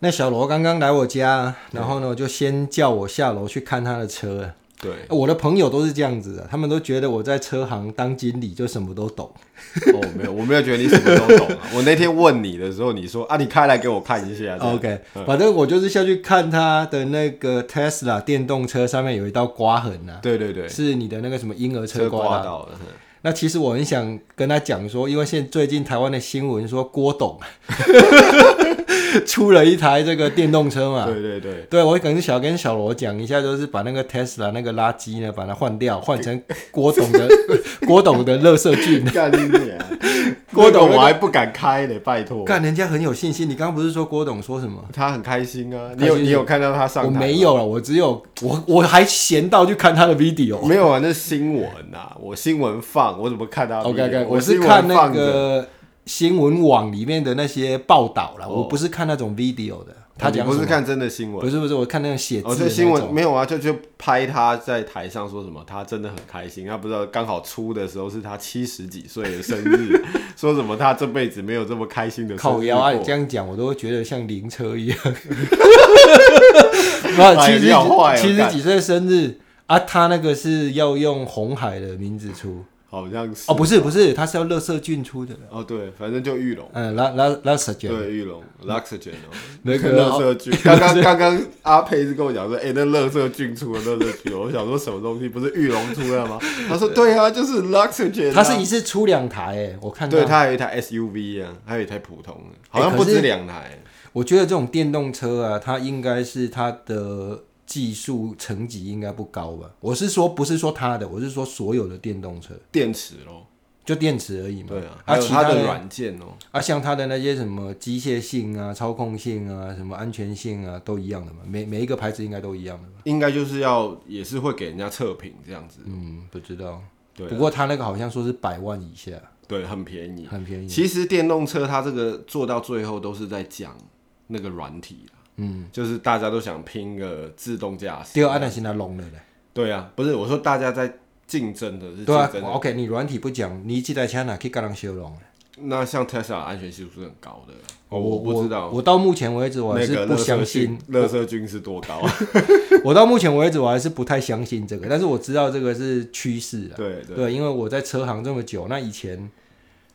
那小罗刚刚来我家，然后呢，就先叫我下楼去看他的车了。，对我的朋友都是这样子的，他们都觉得我在车行当经理就什么都懂。 哦，没有，我没有觉得你什么都懂啊。我那天问你的时候，你说啊，你开来给我看一下。这样 OK，反正我就是下去看他的那个 Tesla 电动车上面有一道刮痕啊，对对对，是你的那个什么婴儿车车刮刮的。啊到了，嗯那其实我很想跟他讲说，因为现在最近台湾的新闻说郭 董啊出了一台这个电动车嘛，对对对， 对我可能想要跟小罗讲一下，就是把那个 Tesla 那个垃圾呢，把它换掉，换成郭董的 郭董的垃圾菌。干你娘！郭郭董董那个我还不敢开呢，拜托。干，人家很有信心。你刚刚不是说郭董说什么？他很开心啊，开心你有你有看到他上我台吗没，有了，啊我只有我我还闲到去看他的 video。没有啊，那是新闻啊，我新闻放，我怎么看到 OK OK，我啊是新闻看那放着个新闻网里面的那些报道啦，哦我不是看那种 video 的。他哦你讲不什是么看真的新闻不，是不是，我看那种写字哦，的这新那闻种。没有啊，就就拍他在台上说什么，他真的很开心。他不知道刚好出的时候是他七十几岁的生 日，说什么他这辈子没有这么开心的生靠日腰啊！过你这样讲，我都会觉得像灵车一样。 没有，哎七十你好坏哦几七十干几岁生日啊，他那个是要用红海的名字出好像是哦，不是不是，他是要乐色菌出的。哦对，反正就玉龙。嗯，拉拉拉色菌，对，玉龙 Luxgen 哦， 那个乐色菌。刚刚刚刚阿佩是跟我讲说，哎、那乐色菌出了乐色菌，哦我想说什么东西？不是玉龙出了吗？他说对啊，就是 Luxgen，、啊、他是一次出两台诶，我看到对，他还有一台 SUV 啊，还有一台普通的，好哎像可不是止两台。我觉得这种电动车啊，它应该是它的技术层级应该不高吧？我是说，不是说它的，我是说所有的电动车，电池咯，就电池而已嘛。对啊，还啊，有其它他的软件哦，啊，像它的那些什么机械性啊、操控性啊、什么安全性啊，都一样的嘛。每每一个牌子应该都一样的吧？应该就是要也是会给人家测评这样子，嗯，不知道。对啊不过它那个好像说是百万以下，对，很便宜。很便宜。其实电动车它这个做到最后都是在讲那个软体啦嗯，啊就是大家都想拼个自动驾驶。第二按那现在拢了嘞。对啊，不是我说大家在竞争的是竞对啊争的， ，OK，你软体不讲，你一台车哪去跟人修容？那像 Tesla 安全系数是很高的，哦我哦我不知道我到目前为止我还那是个不乐色相信菌，，乐色菌是多高？啊我到目前为止我还是不太相信这个，但是我知道这个 是趋势啊。对对，对，因为我在车行这么久，那以前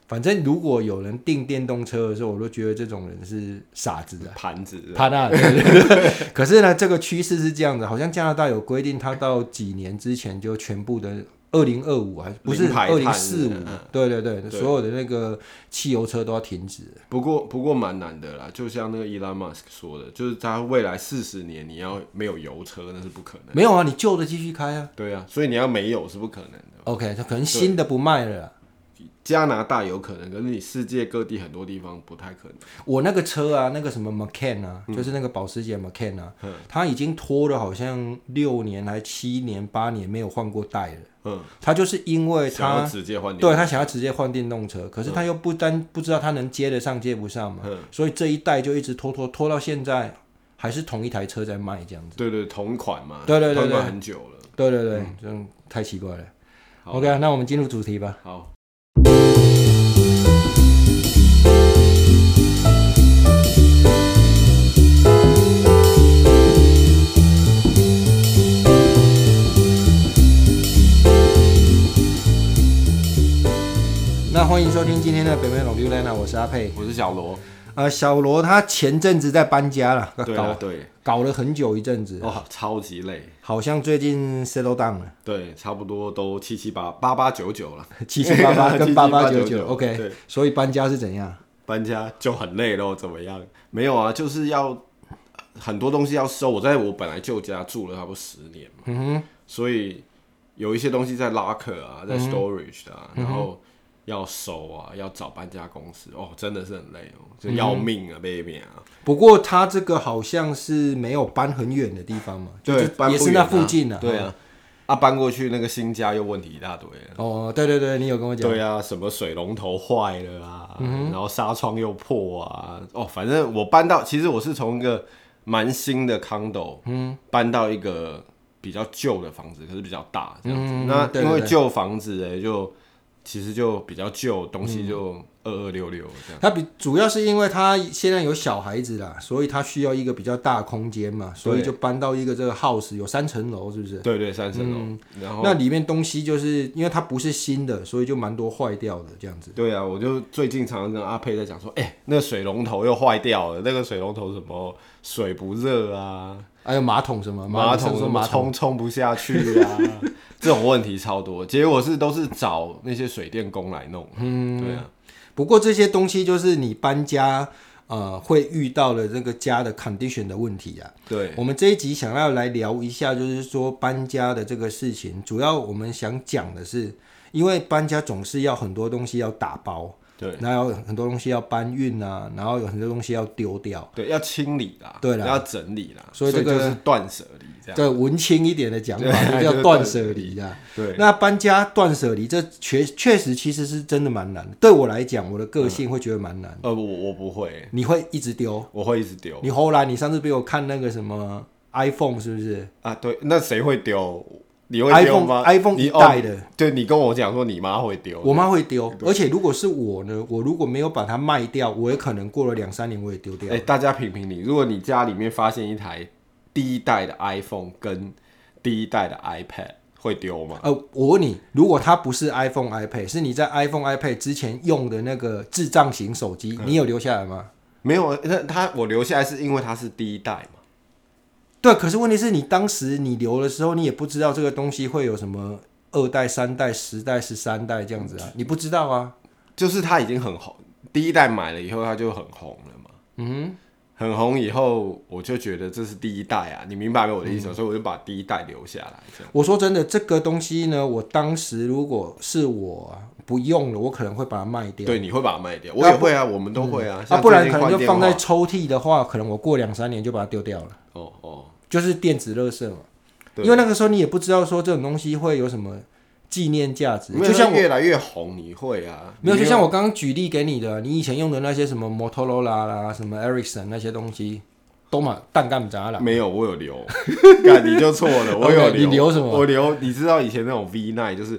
反正如果有人订电动车的时候，我都觉得这种人是傻子啊。盘子潘啊，对对对 可是呢，这个趋势是这样的，好像加拿大有规定，它到几年之前就全部的二零二五还不是零排二碳零四五嗯，对对对，对所有的那个汽油车都要停止。不过不过蛮难的啦，就像那个伊拉 Musk 说的，就是他未来四十年你要没有油车那是不可能。没有啊，你旧的继续开啊。对啊，所以你要没有是不可能的。 OK，它可能新的不卖了啦。加拿大有可能，可是你世界各地很多地方不太可能。我那个车啊，那个什么 Macan 啊，嗯就是那个保时捷 Macan 啊，它已经拖了好像六年还七年八年没有换过代了。嗯，它就是因为想要它直接换电对他想要直接换电动车，可是他又不单不知道他能接得上接不上嗯嘛，所以这一代就一直拖拖拖到现在，还是同一台车在卖这样子。对对同款嘛，对对对对同款很久了。对对对，这样太奇怪了。嗯好 OK，那我啊们进入主题吧。好，那欢迎收听今天的北美老 n a 我是阿佩。我是小罗。呃，小罗他前阵子在搬家了，对啊搞对，搞了很久一阵子，哦，超级累。好像最近 settle down 了，对，差不多都七七八八八九九了。七七八八跟八八九九7789 OK，对所以搬家是怎样？搬家就很累咯，怎么样？没有啊，就是要很多东西要收。我在我本来旧家住了差不多十年嘛，所以有一些东西在拉客啊，嗯在 storage 的啊，然后要收啊，要找搬家公司哦，真的是很累嗯哦，就要命啊，妹妹啊，不过他这个好像是没有搬很远的地方嘛，就是搬不也是远那啊附近嗯的、对啊，啊搬过去那个新家又问题一大堆了。哦，对对对，你有跟我讲，对啊，什么水龙头坏了啊，嗯然后纱窗又破啊，哦，反正我搬到，其实我是从一个蛮新的 condo，嗯，搬到一个比较旧的房子，可是比较大这样子。嗯那对因为对对旧房子哎、就其实就比较旧，东西嗯就二二六六这样。他比主要是因为他现在有小孩子啦，所以他需要一个比较大空间嘛，所以就搬到一个这个 house 有三层楼，是不是？对对，三层嗯楼。然后那里面东西就是因为它不是新的，所以就蛮多坏掉的这样子。对啊，我就最近常常跟阿佩在讲说，哎、那个水龙头又坏掉了，那个水龙头什么水不热啊，还有马桶什么，马桶桶说什马么桶冲冲不下去啊， 这种问题超多。结果是都是找那些水电工来弄。嗯，对啊，不过这些东西就是你搬家，呃，会遇到的这个家的 condition 的问题啊。对，我们这一集想要来聊一下，就是说搬家的这个事情，主要我们想讲的是，因为搬家总是要很多东西要打包，对，然后有很多东西要搬运啊，然后有很多东西要丢掉。对，要清理啦，对啦要整理啦，所以这个就是断舍离这样。这文青一点的讲法，对就叫断舍离啊。 对，那搬家断舍离，这确确实其实是真的蛮难的。对我来讲，我的个性会觉得蛮难。呃，我我不会，你会一直丢，我会一直丢你后来你上次给我看那个什么 iPhone 是不是啊。对，那谁会丢？你会丢吗 iPhone iPhone 你一哦代的，对你跟我讲说你妈会丢，我妈会丢。而且如果是我呢，我如果没有把它卖掉，我也可能过了两三年我也丢掉哎、。大家评评理，如果你家里面发现一台第一代的 iPhone 跟第一代的 iPad，会丢吗？呃，我问你，如果它不是 iPhone、iPad，是你在 iPhone、iPad 之前用的那个智障型手机，你有留下来吗？没有，那它我留下来是因为它是第一代嘛。对，可是问题是你当时你留的时候，你也不知道这个东西会有什么二代、三代、十代、十三代这样子啊，你不知道啊。就是它已经很红，第一代买了以后它就很红了嘛。嗯，很红以后我就觉得这是第一代啊，你明白我的意嗯思吗？所以我就把第一代留下来。这样我说真的，这个东西呢，我当时如果是我啊不用了，我可能会把它卖掉。对，你会把它卖掉，我也会啊，我们都会啊。啊，像不然最可近能换就电话放在抽屉的话，可能我过两三年就把它丢掉了，哦哦，就是电子垃圾嘛。对因为那个时候你也不知道说这种东西会有什么纪念价值，没有就像它越来越红，你会啊？没有，你就像我刚刚举例给你的，你以前用的那些什么 Motorola 啦、什么 Ericsson 那些东西，都嘛蛋干不杂啦。没有，我有留， 干你就错 了，我有 OK，你哦留什么我留，你知道以前那种 V Nine 就是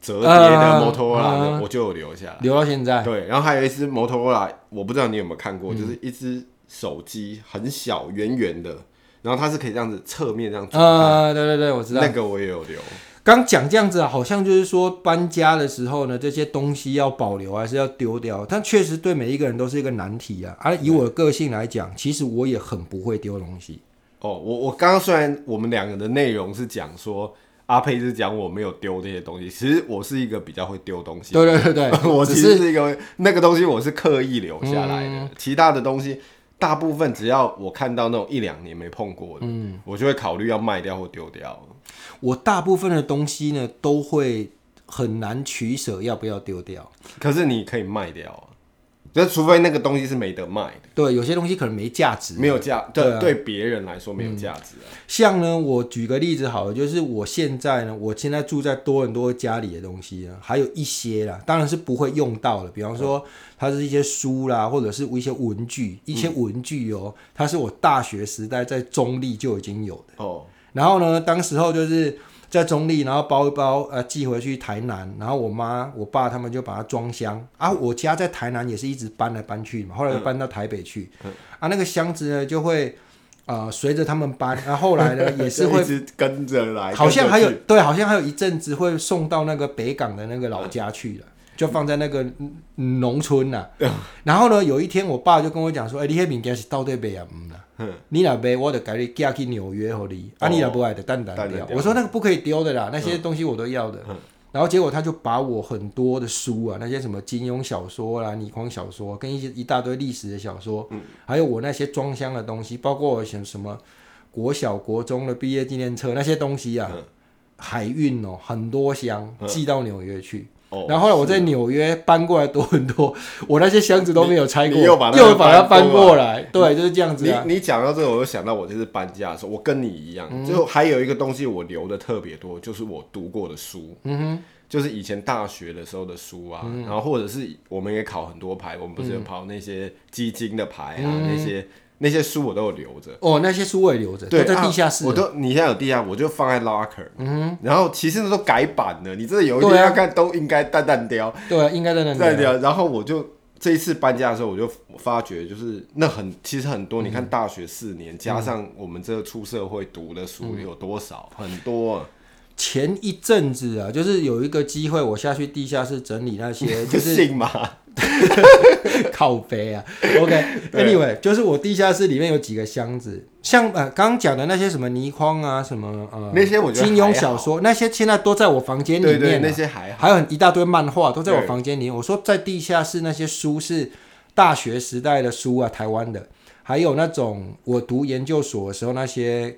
折叠啊的摩托罗拉啊的，我就有留下来。留到现在，对，然后还有一只摩托罗拉，我不知道你有没有看嗯过，就是一只手机，很小，圆圆的，然后它是可以这样子侧面这样子，呃，对对对，我知道那。个我也有留。刚讲这样子啊，好像就是说搬家的时候呢，这些东西要保留还是要丢掉？但确实对每一个人都是一个难题啊。啊，以我的个性来讲，其实我也很不会丢东西。哦，我我刚刚虽然我们两个的内容是讲说阿佩是讲我没有丢这些东西，其实我是一个比较会丢东西的人对对对对， 我只其是实嗯是一个那个东西，我是刻意留下来的。其他的东西，大部分只要我看到那种一两年没碰过的，嗯我就会考虑要卖掉或丢掉。我大部分的东西呢，都会很难取舍要不要丢掉。可是你可以卖掉啊，就除非那个东西是没得卖的，对，有些东西可能没价值，没有价，对啊对对别人来说没有价值啊。像呢，我举个例子好了，就是我现在呢，我现在住在多伦多家里的东西呢，还有一些啦，当然是不会用到的，比方说它是一些书啦，或者是一些文具，一些文具哦，它是我大学时代在中立就已经有的。哦，然后呢，当时候就是在中立，然后包一包，呃，寄回去台南，然后我妈、我爸他们就把它装箱啊。我家在台南也是一直搬来搬去嘛，后来就搬到台北去、嗯啊。那个箱子呢就会呃随着他们搬，然、啊、后后来呢也是就会 一，直跟着来，好像跟着还有去对，好像还有一阵子会送到那个北港的那个老家去了。就放在那个嗯农村呐、然后呢，有一天我爸就跟我讲说：“哎、你迄物件是到底卖啊？唔啦，你若卖，我就改你寄去纽约和你，啊，嗯哦你若不爱就蛋蛋蛋掉蛋。”掉我说那个不可以丢嗯的啦，那些东西我都要的。然后结果他就把我很多的书啊，那些什么金庸小说啦、倪匡小说，跟一些一大堆历史的小说，嗯还有我那些装箱的东西，包括我什什么国小、国中的毕业纪念册那些东西啊，嗯海运哦，很多箱寄到纽约去。哦然后后来我在纽约搬过来多伦多， 我那些箱子都没有拆过，你你又把它又把它搬搬过过来，对，就是这样子你啊。嗯你讲到这个，我就想到我这次搬家的时候，我跟你一样，就还有一个东西我留的特别多，就是我读过的书，嗯哼，就是以前大学的时候的书啊，嗯然嗯后或者是我们也考很多牌，我们不是有跑那些基金的牌啊，那些那些书我都有留着。哦，那些书我也留着，对，都在地下啊室。我都你现在有地下，我就放在 locker。嗯，然后其实都改版了，你真的有一天对啊要看都应该淡淡雕，对啊，应该在那里。淡雕。然后我就这一次搬家的时候，我就发觉就是那很其实很多，你嗯看大学四年加上我们这出社会读的书有多少，嗯很多啊。前一阵子啊，就是有一个机会，我下去地下室整理那 些，就不是信嘛？靠背啊。OK，Anyway，、就是 我地下室里面有几个箱子，像呃刚刚讲的那些什么倪匡啊，什么呃那些我觉得金庸还好小说那些，现在都在我房间里对面、啊。对，那些还好。还有一大堆漫画都在我对房间里。我说在地下室那些书是大学时代的书啊，台湾的，还有那种我读研究所的时候那些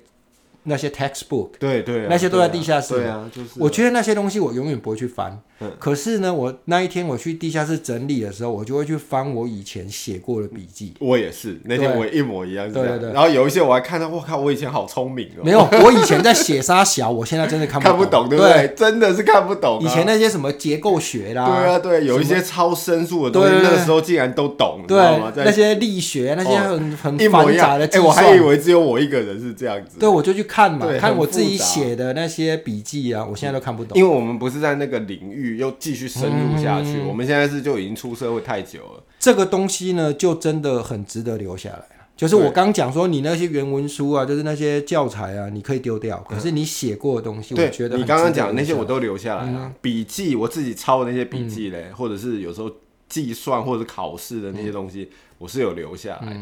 那些 textbook，对对啊，那些都在地下室对啊，对啊就是我觉得那些东西我永远不会去翻。嗯可是呢，我那一天我去地下室整理的时候，我就会去翻我以前写过的笔记。我也是，那天对我也一模一样是这样。对对对然后有一些我还看到，我靠，我以前好聪明哦、没有，我以前在写沙小，我现在真的看看不懂，懂，对不对？真的是看不懂、啊。以前那些什么结构学对啦，啊，对，有一些超深入的东西对，对那对个时候竟然都懂，你知道吗？对那在哦些力学，啊那些很、很一模繁一样。杂的哎、计我算。还以为只有我一个人是这样子。对，我就去看嘛对，看很我自己复杂写的那些笔记啊，我现在都看不懂。因为我们不是在那个领域又继续深入下去，嗯我们现在是就已经出社会太久了。这个东西呢，就真的很值得留下来了。就是我刚讲说，你那些原文书啊，就是那些教材啊，你可以丢掉，可是你写过的东西，我嗯对，觉得你很刚刚值得讲那些留下我都留下来嗯了，笔、记我自己抄的那些笔记嘞，或者是有时候计算或者是考试的那嗯些东西，我是有留下来的。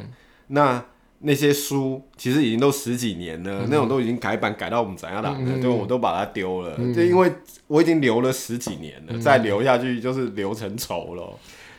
那那些书其实已经都十几年了，嗯那种都已经改版改到我们怎样了，对，我都把它丢了，嗯就因为我已经留了十几年了，再留下去就是留成 仇了。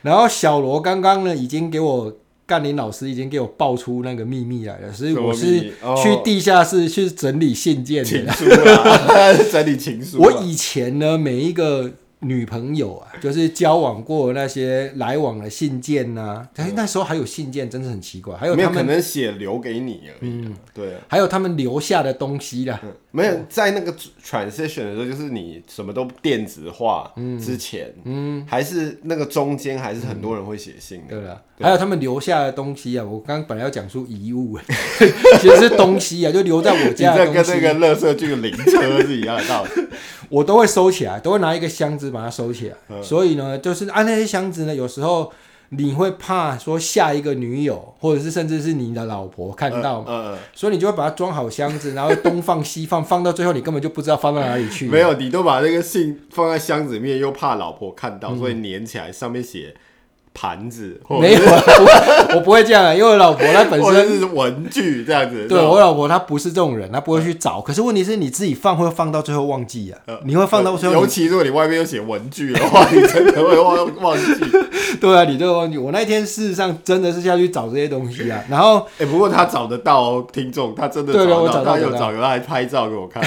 然后小罗刚刚呢，已经给我干林老师已经给我爆出那个秘密来了，所以什么我秘是密哦去地下室去整理信件的 情。书啦，整理情书啦。我以前呢，每一个女朋友啊，就是交往过那些来往的信件呐、哎、那时候还有信件，真的很奇怪，还有嗯没有他可们，嗯能写留给你而已啊，对啊。还有他们留下的东西啦。嗯没有在那个 transition 的时候，就是你什么都电子化之前，嗯，还是那个中间，还是很多人会写信的。对了，还有他们留下的东西啊，我刚刚本来要讲出遗物、 哎其实是东西啊，就留在我你家这的东跟那西，个乐色剧的灵车是一样的 道理。我都会收起来，都会拿一个箱子把它收起来。嗯所以呢，就是按、那些箱子呢，有时候你会怕说下一个女友，或者是甚至是你的老婆看到嘛，嗯，所以你就会把它装好箱子，然后东放西放，放到最后你根本就不知道放到哪里去。嗯 没，有，你都把那个信放在箱子里面，又怕老婆看到，所以粘起来，上面写盘子，或嗯者没有，我我不会 这样啊，因为我老婆她本或者身是文具这样子。对是吧我老婆她不是这种人，她不嗯会去找。可是问题是你自己放会放到最后忘记啊，你会放到最后尤你，其如果你外面又写文具的话，你真的会忘忘记。 对啊，你就会忘记。我那天事实上真的是下去找这些东西啊，然后哎、不过他找得到哦，听众，他真的对找对得我到，找到他有找到找得到，还拍照给我看。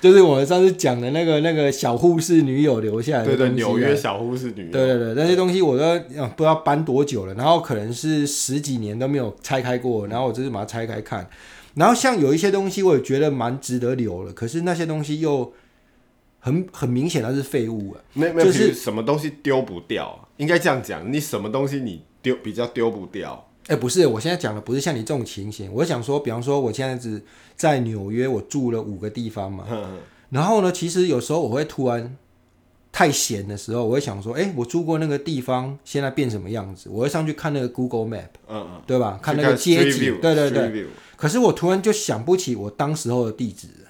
就是我上次讲的那个那个小护士女友留下来的对东对，西啊纽约小护士女友，对对对，那些东西我都、呃不知道搬多久了，然后可能是十几年都没有拆开过，然后我这次把它拆开看。然后像有一些东西，我也觉得蛮值得留了，可是那些东西又很很明显它是废物啊。没没有，就是比如什么东西丢不掉，啊应该这样讲，你什么东西你丢比较丢不掉？ 哎，不是，我现在讲的不是像你这种情形，我想说，比方说我现在只在纽约，我住了五个地方嘛，嗯然后呢，其实有时候我会突然太闲的时候，我会想说，哎，我住过那个地方，现在变什么样子？我会上去看那个 Google Map，嗯嗯，对吧？看去那个街 Street 景， View，对对 Street 对。 View，可是我突然就想不起我当时候的地址了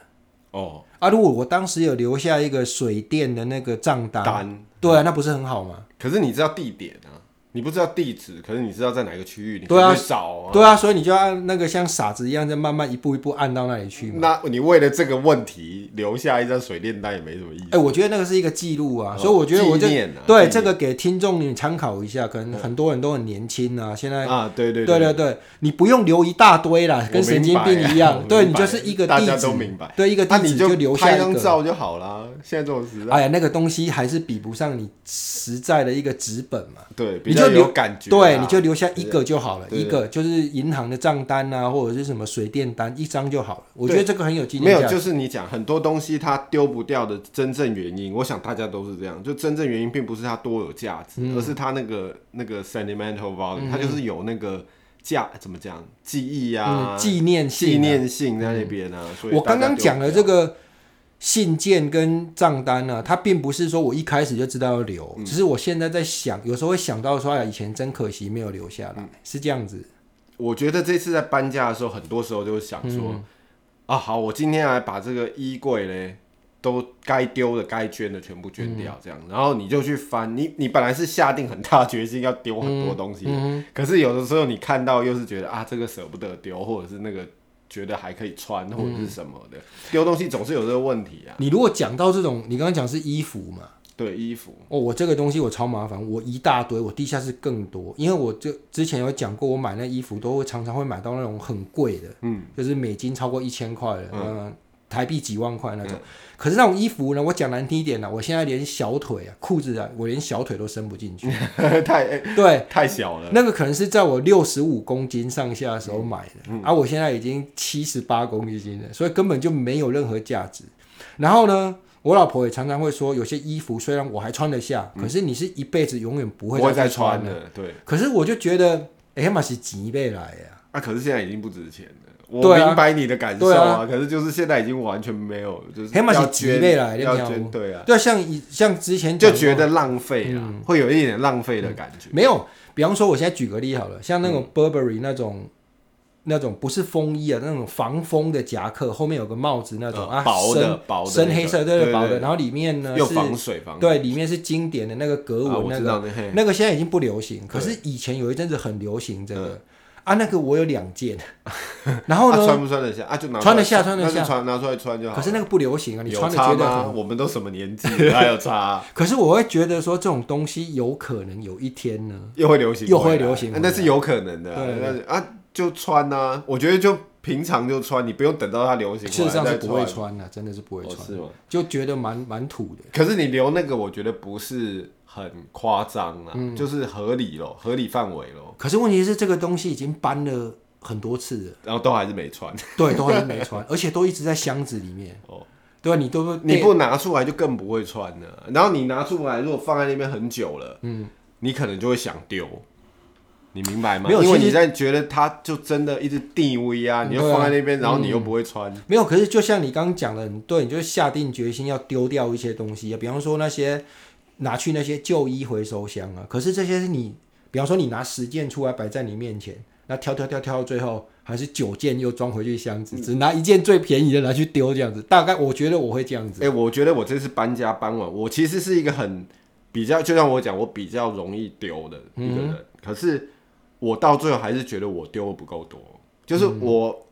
哦，啊！如果我当时有留下一个水电的那个账单，单。对啊，那不是很好吗？可是你知道地点啊，你不知道地址，可是你知道在哪个区域，你对啊可以去找啊。对啊，所以你就要那个像傻子一样，再慢慢一步一步按到那里去嘛。那你为了这个问题留下一张水电单也没什么意哎、义。我觉得那个是一个记录啊，哦所以我觉得我就、纪念啊纪对念这个给听众你参考一下，可能很多人都很年轻啊，现在。啊，对对对对对，你不用留一大堆啦，跟我神明经白病一啊样我。对明你白就是一个大地家址都明白，对一个那地址你就留下拍一张个。照就好啦。现在这种啊时代，哎呀，那个东西还是比不上你实在的一个纸本嘛。对，比你较就有留感觉啦。啊对，你就留下一个就好了，对一个就是银行的账单啊，或者是什么水电单，一张就好了。我对觉得这个很有纪没念有，价值。就是你讲很多东西它丢不掉的真正原因，我想大家都是这样。就真正嗯原因并不是它多有价值，而是它那个那个 sentimental value，、它就是有那个价怎么讲记忆啊嗯，，纪念性啊纪念性在那边啊。所以我大刚家刚就讲比的较这个信件跟账单呢、它并不是说我一开始就知道要留，嗯只是我现在在想，有时候会想到说，哎呀，以前真可惜没有留下来，嗯是这样子。我觉得这次在搬家的时候，很多时候就想说，嗯啊，好，我今天来把这个衣柜嘞，都该丢的、该捐的全部捐掉，嗯这样，然后你就去翻，你你本来是下定很大决心要丢很多东西嗯的，可是有的时候你看到又是觉得啊，这个舍不得丢，或者是那个觉得还可以穿，或者是什么嗯的，丢东西总是有这个问题啊。你如果讲到这种，你刚刚讲是衣服嘛？对，衣服， 哦，我这个东西我超麻烦，我一大堆，我地下室更多，因为我就之前有讲过，我买那衣服都会常常会买到那种很贵的，嗯，就是美金超过一千块的，嗯、台币几万块那种。可是那种衣服呢，我讲难听一点呢、我现在连小腿啊、裤子啊，我连小腿都伸不进去。太、哎对，太小了，那个可能是在我六十五公斤上下的时候买的，嗯而、我现在已经七十八公斤了，所以根本就没有任何价值。然后呢，我老婆也常常会说，有些衣服虽然我还穿得下，可是你是一辈子永远不嗯不会再再穿了。了，对。可是我就觉得，哎、欸，嘛是几倍来呀、啊，可是现在已经不值钱了。我对啊明白你的感受对啊可是就是现在已经完全没有，就是那嘛是要几倍啦捐，你要听捐，我对啊，对啊，像以像之前就讲嗯觉过得浪费啊，会有一点浪费的感觉。没有。比方说，我现在举个例好了，像那种嗯 Burberry 那种。那种不是风衣啊，那种防风的夹克，后面有个帽子那种、呃啊，薄的深薄的那深个黑色，对对对薄的，对然后里面呢又呃是防水防对，里面是经典的那个格啊，纹我那知个，道那嘿那个现在已经不流行，对可是以前有一阵子很流行这个啊，那个我有两 件，然后啊呢，穿不穿得下啊？就拿出来穿得下穿得那就下穿拿出来穿就好了。可是那个不流行啊，你有穿了差觉得吗很，我们都什么年纪了，还有差啊，可是我会觉得说这种东西有可能有一天呢，又会流行回来，又会流行啊那是有可能的啊。对对那是啊，就穿啊，我觉得就平常就穿，你不用等到它流行回事来实上是再不会穿的、真的是不会哦穿，是吗？就觉得蛮蛮土的。可是你留那个，我觉得不是很夸张啦，嗯就是合理咯，合理范围咯，可是问题是，这个东西已经搬了很多次了，然后都还是没穿，对，都还是没穿，而且都一直在箱子里面。哦哦，对啊， 你都你不拿出来就更不会穿了。然后你拿出来，如果放在那边很久了，嗯，你可能就会想丢，你明白吗？没有因为其实你在觉得它就真的一直定位啊，你就对啊放在那边，然后你又不会穿，没有，可是就像你刚刚讲的很对，你就下定决心要丢掉一些东西，啊比方说那些拿去那些旧衣回收箱啊。可是这些是你，比方说你拿十件出来摆在你面前，那挑挑挑挑到最后还是九件又装回去箱嗯子，只拿一件最便宜的拿去丢这样子。大概我觉得我会这样子，哎、我觉得我这次搬家搬完，我其实是一个很比较，就像我讲，我比较容易丢的一嗯个人。可是我到最后还是觉得我丢的不够多，就是嗯我、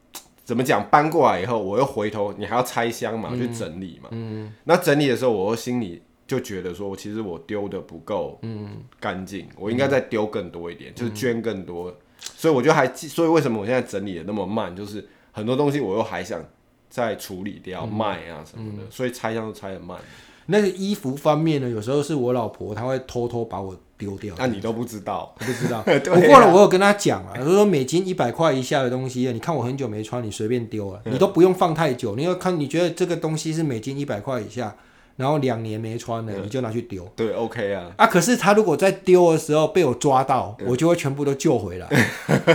怎么讲，搬过来以后，我又回头，你还要拆箱嘛，去整理嘛。嗯，那整理的时候，我又心里就觉得说，其实我丢的不够嗯干净，我应该再丢更多一点，就是捐更多。所以我就还记，所以为什么我现在整理的那么慢，就是很多东西我又还想再处理掉、嗯卖啊什么的，所以拆箱都拆的慢。那个衣服方面呢，有时候是我老婆她会偷偷把我丢 掉。那、你都不知道，，我不知道对啊不过呢，我有跟她讲啊，我说每斤一百块以下的东西，啊你看我很久没穿，你随便丢嗯啊，你都不用放太久，你要看你觉得这个东西是每斤一百块以下，然后两年没穿了，嗯你就拿去丢对，OK 啊，啊。可是她如果在丢的时候被我抓到，嗯我就会全部都救回 来，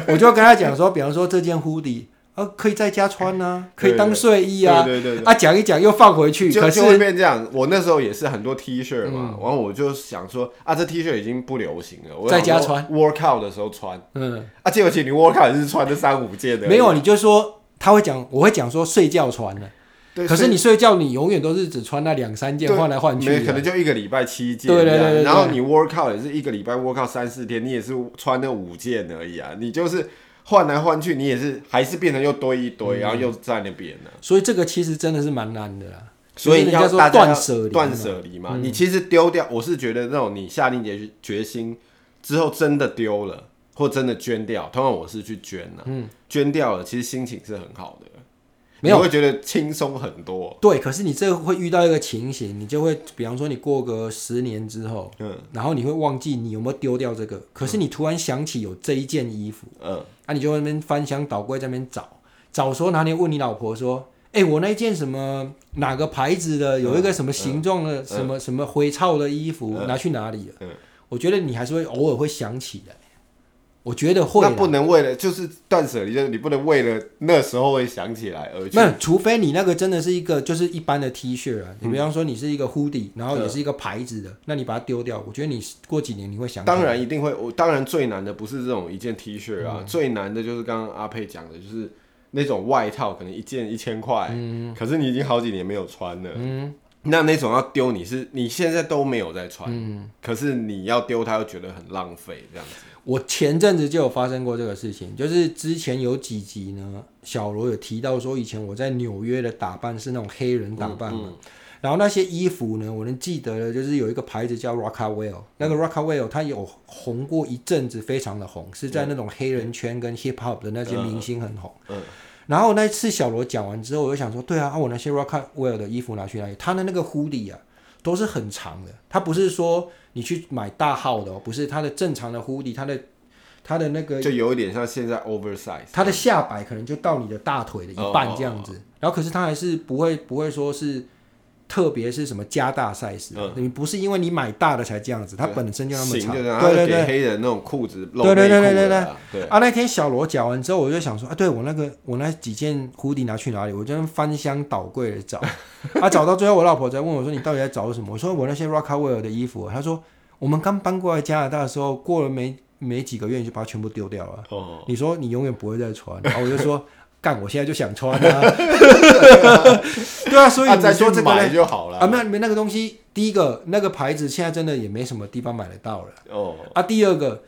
我就会跟她讲说，比方说这件 hoodie。啊，可以在家穿啊，可以当睡衣啊，对对对啊，讲一讲又放回去，就可是嗯就会变这样。我那时候也是很多 T 恤嘛，然后我就想说啊，这 T 恤已经不流行了，我在家想说 workout 的时候穿嗯，啊，结果其实你 workout 也是穿这三五件的，没有，你就说他会讲，我会讲说睡觉穿的，对，可所是你睡觉，你永远都是只穿那两三件对换来换去啊以没可的。能就一个礼拜七件对这对样，对对对然后你 workout 也是一个礼拜 workout 三四天，你也是穿那五件而已啊，你就是换来换去，你也是还是变成又堆一嗯堆，然后又在那边呢、所以这个其实真的是蛮难的啦。所以就是要人家大说家要断舍离，嗯断。舍离嘛。你其实丢掉，我是觉得那种你下定决决心之后真的丢了，或真的捐掉，通常我是去捐呐、捐掉了，其实心情是很好嗯的，没有你会觉得轻松很多。对，可是你这个会遇到一个情形，你就会，比方说你过个十年之后，嗯然后你会忘记你有没有丢掉这个，可是你突然想起有这一件衣服，嗯，啊，你就在那边翻箱倒柜，在那边找，找说哪里问你老婆说，哎、我那件什么哪个牌子的，有一个什么嗯形状的，什么什么嗯回潮的衣服，拿去哪里了？我觉得你还是会偶尔会想起来。我觉得会那啦，不能为了就是断舍离，就是你不能为了那时候会想起来而去那除非你那个真的是一个就是一般的 T 恤啊，你嗯比方说你是一个 hoodie，然后也是一个牌子的，那你把它丢掉，我觉得你过几年你会想起来。当然一定会，我当然最难的不是这种一件 T 恤嗯啊，最难的就是刚刚阿佩讲的，就是那种外套，可能一件一千块，嗯可是你已经好几年没有穿了，那那种要丢你是你现在都没有在穿，嗯可是你要丢它又觉得很浪费，这样子，我前阵子就有发生过这个事情，就是之前有几集呢，小罗有提到说，以前我在纽约的打扮是那种黑人打扮嘛，然后那些衣服呢，我能记得的就是有一个牌子叫 Rockawell，那个 Rockawell 它有红过一阵子，非常的红，是在那种黑人圈跟 hip hop 的那些明星很红。然后那一次小罗讲完之后，我就想说，对啊，啊我那些 Rockwell 的衣服拿去哪里？他的那个 hoodie 啊，都是很长的，他不是说你去买大号的、哦，不是他的正常的 hoodie，他的他的那个就有一点像现在 oversize，他的下摆可能就到你的大腿的一半这样子，然后可是他还是不会不会说是。特别是什么加大赛事、你不是因为你买大的才这样子，它本身就那么型长，就是他对对会对给，黑人那种裤子露对对内裤对对的啊，对，啊，那天小罗讲完之后，我就想说啊，对我那个我那几件蝴蝶拿去哪里？我就翻箱倒柜的找， 啊，找到最后，我老婆在问我说：“你到底在找什么？”我说：“我那些 Rockawell 的衣服。”她说：“我们刚搬过来加拿大的时候，过了没没几个月，你就把它全部丢掉了。哦，你说你永远不会再穿。” 然后我就说：“干，我现在就想穿啊！” 对啊，所以啊你再去说这个买呢？就好啊，了，没有，没那个东西，第一个那个牌子现在真的也没什么地方买得到了。哦，啊，第二个，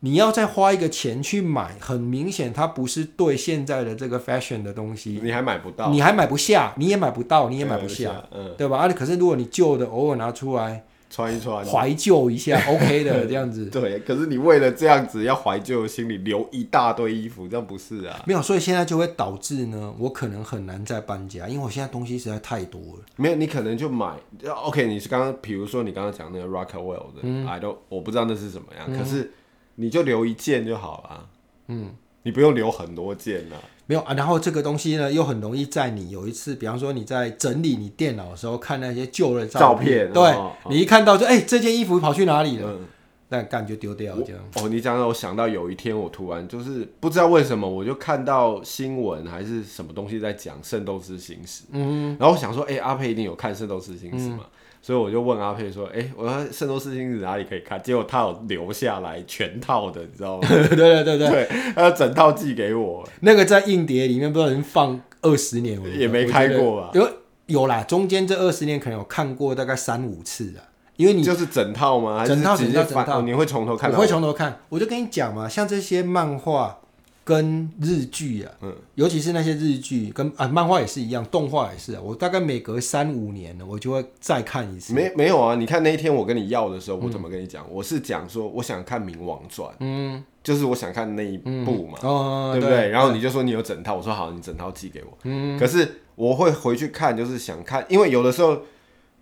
你要再花一个钱去买，很明显它不是对现在的这个 fashion 的东西，你还买不到，你还买不下，你也买不到，你也买不对下，，嗯，对吧？啊，可是如果你旧的偶尔拿出来穿一穿，怀旧一下，OK 的这样子，对，可是你为了这样子要怀旧，心里留一大堆衣服，这样不是啊？没有，所以现在就会导致呢，我可能很难再搬家，因为我现在东西实在太多了。没有，你可能就买。呃 OK，你是刚刚，比如说你刚刚讲那个 Rockawell 的、i don't，我不知道那是什么样，可是你就留一件就好了。嗯，你不用留很多件啊。没有啊，然后这个东西呢，又很容易在你有一次，比方说你在整理你电脑的时候，看那些旧的片，照片对、哦你一看到就哎、这件衣服跑去哪里了，嗯，那干就丢掉我这样。哦，你讲到我想到有一天，我突然就是不知道为什么，我就看到新闻还是什么东西在讲《圣斗士星矢》，嗯，然后我想说，哎、阿佩一定有看《圣斗士星矢》嗯嘛，所以我就问阿佩说，哎、我要《圣斗士星矢》哪里可以看？结果他有留下来全套的，你 知道吗？对对对对，对，他整套寄给我，那个在硬碟里面不知道能放二十年，我也没开过吧我觉得有有啦，中间这二十年可能有看过大概三五次啊，因为你就是整套吗？还是整套直接整套翻整套哦你会从头看我到？会从头看，我就跟你讲嘛，像这些漫画跟日剧啊，嗯尤其是那些日剧跟啊漫画也是一样，动画也是、啊，我大概每隔三五年呢，我就会再看一次。没没有啊？你看那一天我跟你要的时候，我怎么跟你讲？我是讲说我想看《冥王传》，嗯，就是我想看那一部嘛。哦，对不对？然后你就说你有整套，我说好，你整套寄给我。可是我会回去看，就是想看，因为有的时候，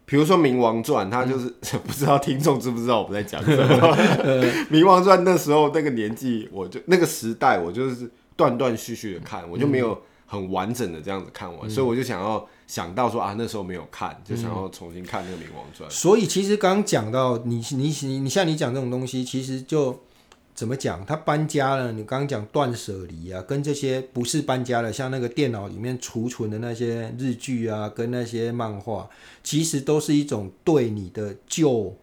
比如说《冥王传》，它就是、 不知道听众知不知道我们在讲什么。冥王传》那时候那个年纪，我就那个时代，我就是断断续续的看，我就没有很完整的这样子看完，所以我就想要想到说啊，那时候没有看，就想要重新看那个《冥王传》所以其实刚刚讲到你你你你像你讲这种东西，其实就怎么讲，他搬家了，你刚刚讲断舍离啊，跟这些不是搬家了，像那个电脑里面储存的那些日剧啊，跟那些漫画，其实都是一种对你的旧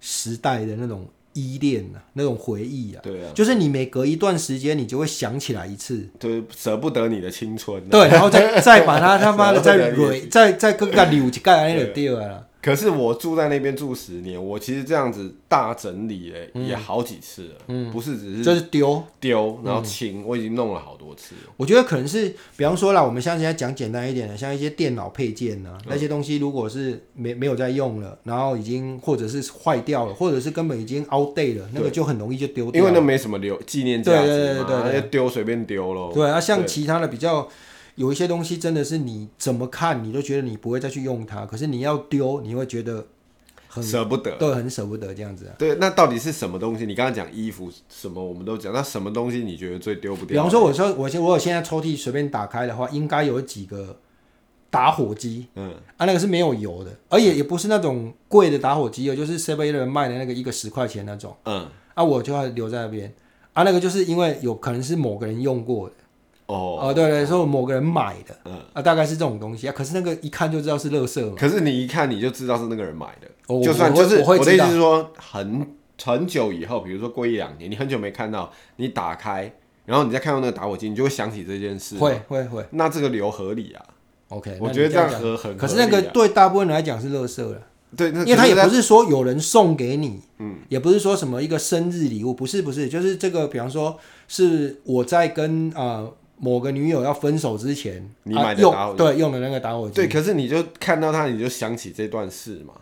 时代的那种依恋啊，那种回忆啊，对啊，就是你每隔一段时间，你就会想起来一次。就是舍不得你的青春、啊。对，然后再再把它他妈的 再舍不得蕊，再再更加扭一盖，那就对了啦。可是我住在那边住十年，我其实这样子大整理了嗯也好几次了，不是只就是是丢，丢然后清，我已经弄了好多次了。我觉得可能是，比方说啦，我们像现在讲简单一点的，像一些电脑配件嗯呢、那些东西如果是没没有在用了，然后已经或者是坏掉了，或者是根本已经 out date 了，那个就很容易就丢掉。因为那没什么留纪念价值嘛，对对对对对那就丢随便丢喽。对啊，像其他的比较有一些东西，真的是你怎么看你都觉得你不会再去用它，可是你要丢，你会觉得很舍不得。对，很舍不得这样子啊。对，那到底是什么东西？你刚刚讲衣服什么，我们都讲，那什么东西你觉得最丢不比掉方？说，我说我现我有现在抽屉随便打开的话，应该有几个打火机，嗯啊，那个是没有油的，而且也不是那种贵的打火机哦，就是 Seven Eleven 卖的那个一个十块钱那种嗯，啊，我就要留在那边。啊，那个就是因为有可能是某个人用过的，哦，哦，对对，说某个人买的，嗯啊，大概是这种东西啊。可是那个一看就知道是垃圾嘛，可是你一看你就知道是那个人买的，哦我就算我会就是我会的意知道思是说，很很久以后，比如说过一两年，你很久没看到，你打开，然后你再看到那个打火机，你就会想起这件事。会，会会那这个流合理啊， ，OK，哦我那觉得你这样讲合很合理啊。可是那个对大部分人来讲是垃圾了，对，那因为他也可是不是说有人送给你，嗯，也不是说什么一个生日礼物，不是不是，就是这个，比方说是我在跟呃某个女友要分手之前，你啊买的打火用机对用的那个打火对，机，可是你就看到他，你就想起这段事嘛，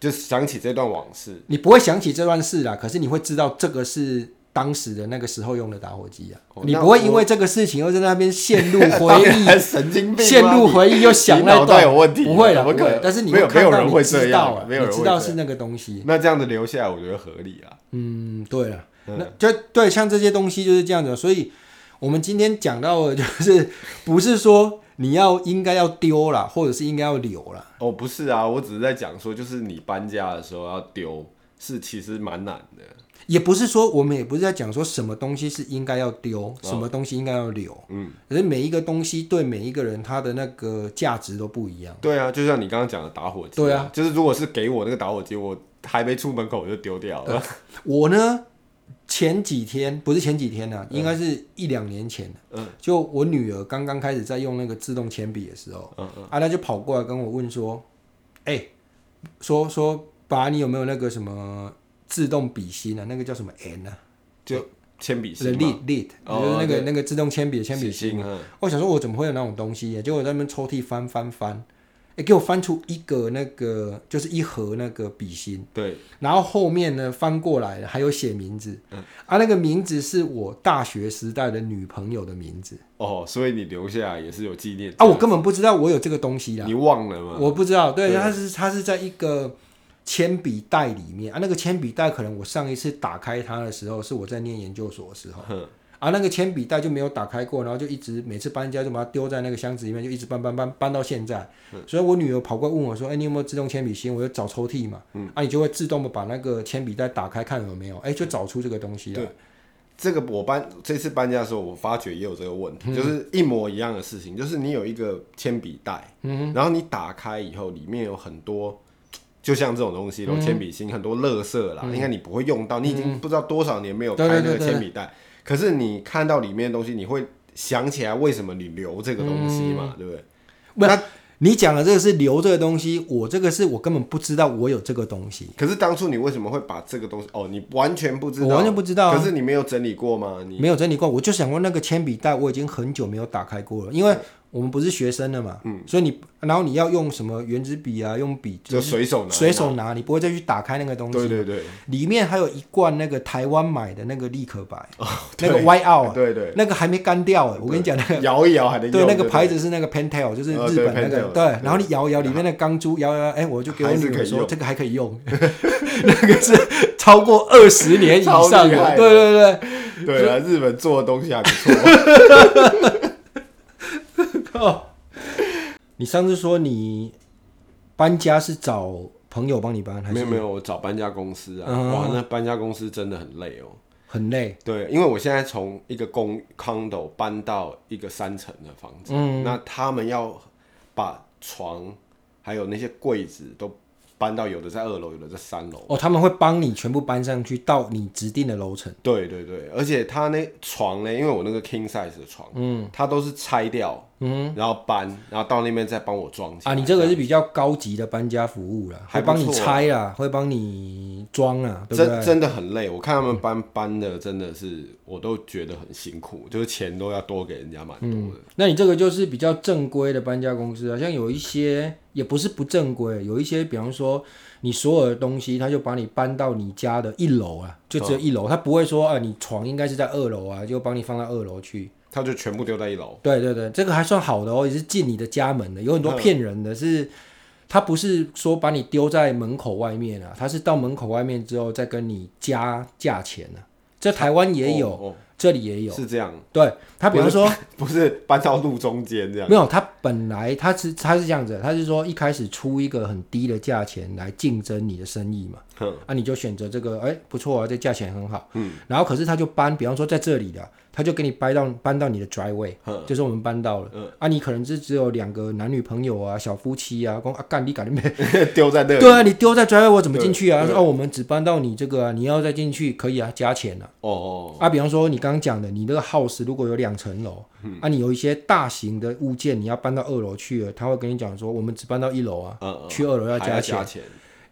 就想起这段往事。你不会想起这段事啦，可是你会知道这个是。当时的那个时候用的打火机啊，哦你那不会因我为这个事情又在那边陷入回当忆然神经病吗，啊陷入回忆又想你那脑段，袋有问题啊不会啦怎么不可会能。但是你没有看没有到人你会知道这样啊没有人你会知道这是那个东西。那这样的留下来，我觉得合理啊。嗯，对了，那就对，像这些东西就是这样子，所以我们今天讲到的就是不是说你要应该要丢啦，或者是应该要留啦。哦，不是啊，我只是在讲说，就是你搬家的时候要丢，是其实蛮难的。也不是说我们也不是在讲说什么东西是应该要丢，什么东西应该要留，嗯，可是每一个东西对每一个人他的那个价值都不一样。对啊，就像你刚刚讲的打火机、对啊，就是如果是给我那个打火机，我还没出门口我就丢掉了。我呢，前几天不是前几天呢、啊，应该是一两年前，啊嗯，就我女儿刚刚开始在用那个自动铅笔的时候，嗯啊，她就跑过来跟我问说：“哎、说说爸，你有没有那个什么自动笔芯啊？那个叫什么 N 啊就铅笔？The 芯嘛， lead lead，、哦就是那个对那个自动铅笔的铅笔笔芯。芯啊，我想说，我怎么会有那种东西啊耶、结果在那边抽屉翻翻翻，哎、给我翻出一个那个，就是一盒那个笔芯。”对，然后后面呢翻过来了，还有写名字，啊，那个名字是我大学时代的女朋友的名字哦，所以你留下来也是有纪念啊，我根本不知道我有这个东西啦，你忘了吗？我不知道，对，对它是它是在一个铅笔袋里面啊，那个铅笔袋可能我上一次打开它的时候是我在念研究所的时候。啊，那个铅笔袋就没有打开过，然后就一直每次搬家就把它丢在那个箱子里面，就一直搬搬搬搬到现在。所以我女儿跑过来问我说：“哎、你有没有自动铅笔芯？”我就找抽屉嘛，嗯啊，你就会自动的把那个铅笔袋打开看有没有，哎、就找出这个东西来啊对。这个我搬这次搬家的时候，我发觉也有这个问嗯题，就是一模一样的事情，就是你有一个铅笔袋，嗯然后你打开以后，里面有很多，就像这种东嗯西咯，铅笔芯很多垃圾啦，应该你不会用到，你已经不知道多少年没有对对开那对嗯个对铅笔袋，可是你看到里面的东西，你会想起来为什么你留这个东西嗯嘛，对不对？不，你讲的这个是留这个东西，我这个是我根本不知道我有这个东西，可是当初你为什么会把这个东西？哦，你完全不知道，我完全不知道啊可是你没有整理过吗？你没有整理过，我就想过那个铅笔袋，我已经很久没有打开过了，因为我们不是学生了嘛，嗯所以你然后你要用什么原子笔啊，用笔就就是随手拿一拿，随手拿，你不会再去打开那个东西。对对对，里面还有一罐那个台湾买的那个立可白，那哦对个 Y O 啊，对对。那个还没干掉哎，我跟你讲那 个。摇一摇还能对，用那个不牌子是那个 Pentel，就是呃日本那个。对对，Pentel，对，然后你摇一摇里面那钢珠，摇一摇，哎，我就给我还是女可儿以说用这个还可以用， 那个是超过二十年以上超厉的。害的对对对，对啊，日本做的东西还不错。你上次说你搬家是找朋友帮你搬，还没有是没有，我找搬家公司啊，嗯哇，那搬家公司真的很累哦。很累？对，因为我现在从一个公 condo 搬到一个三层的房子，嗯那他们要把床还有那些柜子都搬到有的在二楼，有的在三楼。哦，他们会帮你全部搬上去到你指定的楼层。对对对，而且他那床呢，因为我那个 king size 的床，嗯，他都是拆掉，嗯，然后搬，然后到那边再帮我装起来啊，你这个是比较高级的搬家服务啦，还会不错帮啊你拆啦，会帮你装啦，对不真对？真的很累，我看他们搬搬的真的是，我都觉得很辛苦，就是钱都要多给人家蛮多的。那你这个就是比较正规的搬家公司啊，像有一些也不是不正规，有一些比方说你所有的东西，他就把你搬到你家的一楼啊，就嗯只有一楼，他不会说啊，你床应该是在二楼啊，就帮你放到二楼去。他就全部丢在一楼，对对对，这个还算好的哦，也是进你的家门的。有很多骗人的嗯是，他不是说把你丢在门口外面啊，他是到门口外面之后再跟你加价钱啊。这台湾也有，哦哦这这里也有。是这样， 对他，比方说不是搬到路中间这样。 没有，他本来他是他是这样子的，他是说一开始出一个很低的价钱来竞争你的生意嘛，哼啊，你就选择这个，哎，不错啊，这价钱很好，嗯，然后可是他就搬，比方说在这里的，他就给你搬到搬到你的 driveway，哼就是我们搬到了，嗯啊，你可能是只有两个男女朋友啊，小夫妻啊，光啊干你干你没，丢在那里。对啊，你丢在 driveway 我怎么进去啊？他对说哦，我们只搬到你这个啊，你要再进去可以啊，加钱啊。哦哦，啊，比方说你刚刚讲的，你那个 house 如果有两层楼，嗯啊，你有一些大型的物件你要搬到二楼去了，他会跟你讲说，我们只搬到一楼啊，嗯嗯，去二楼要还加钱。加钱。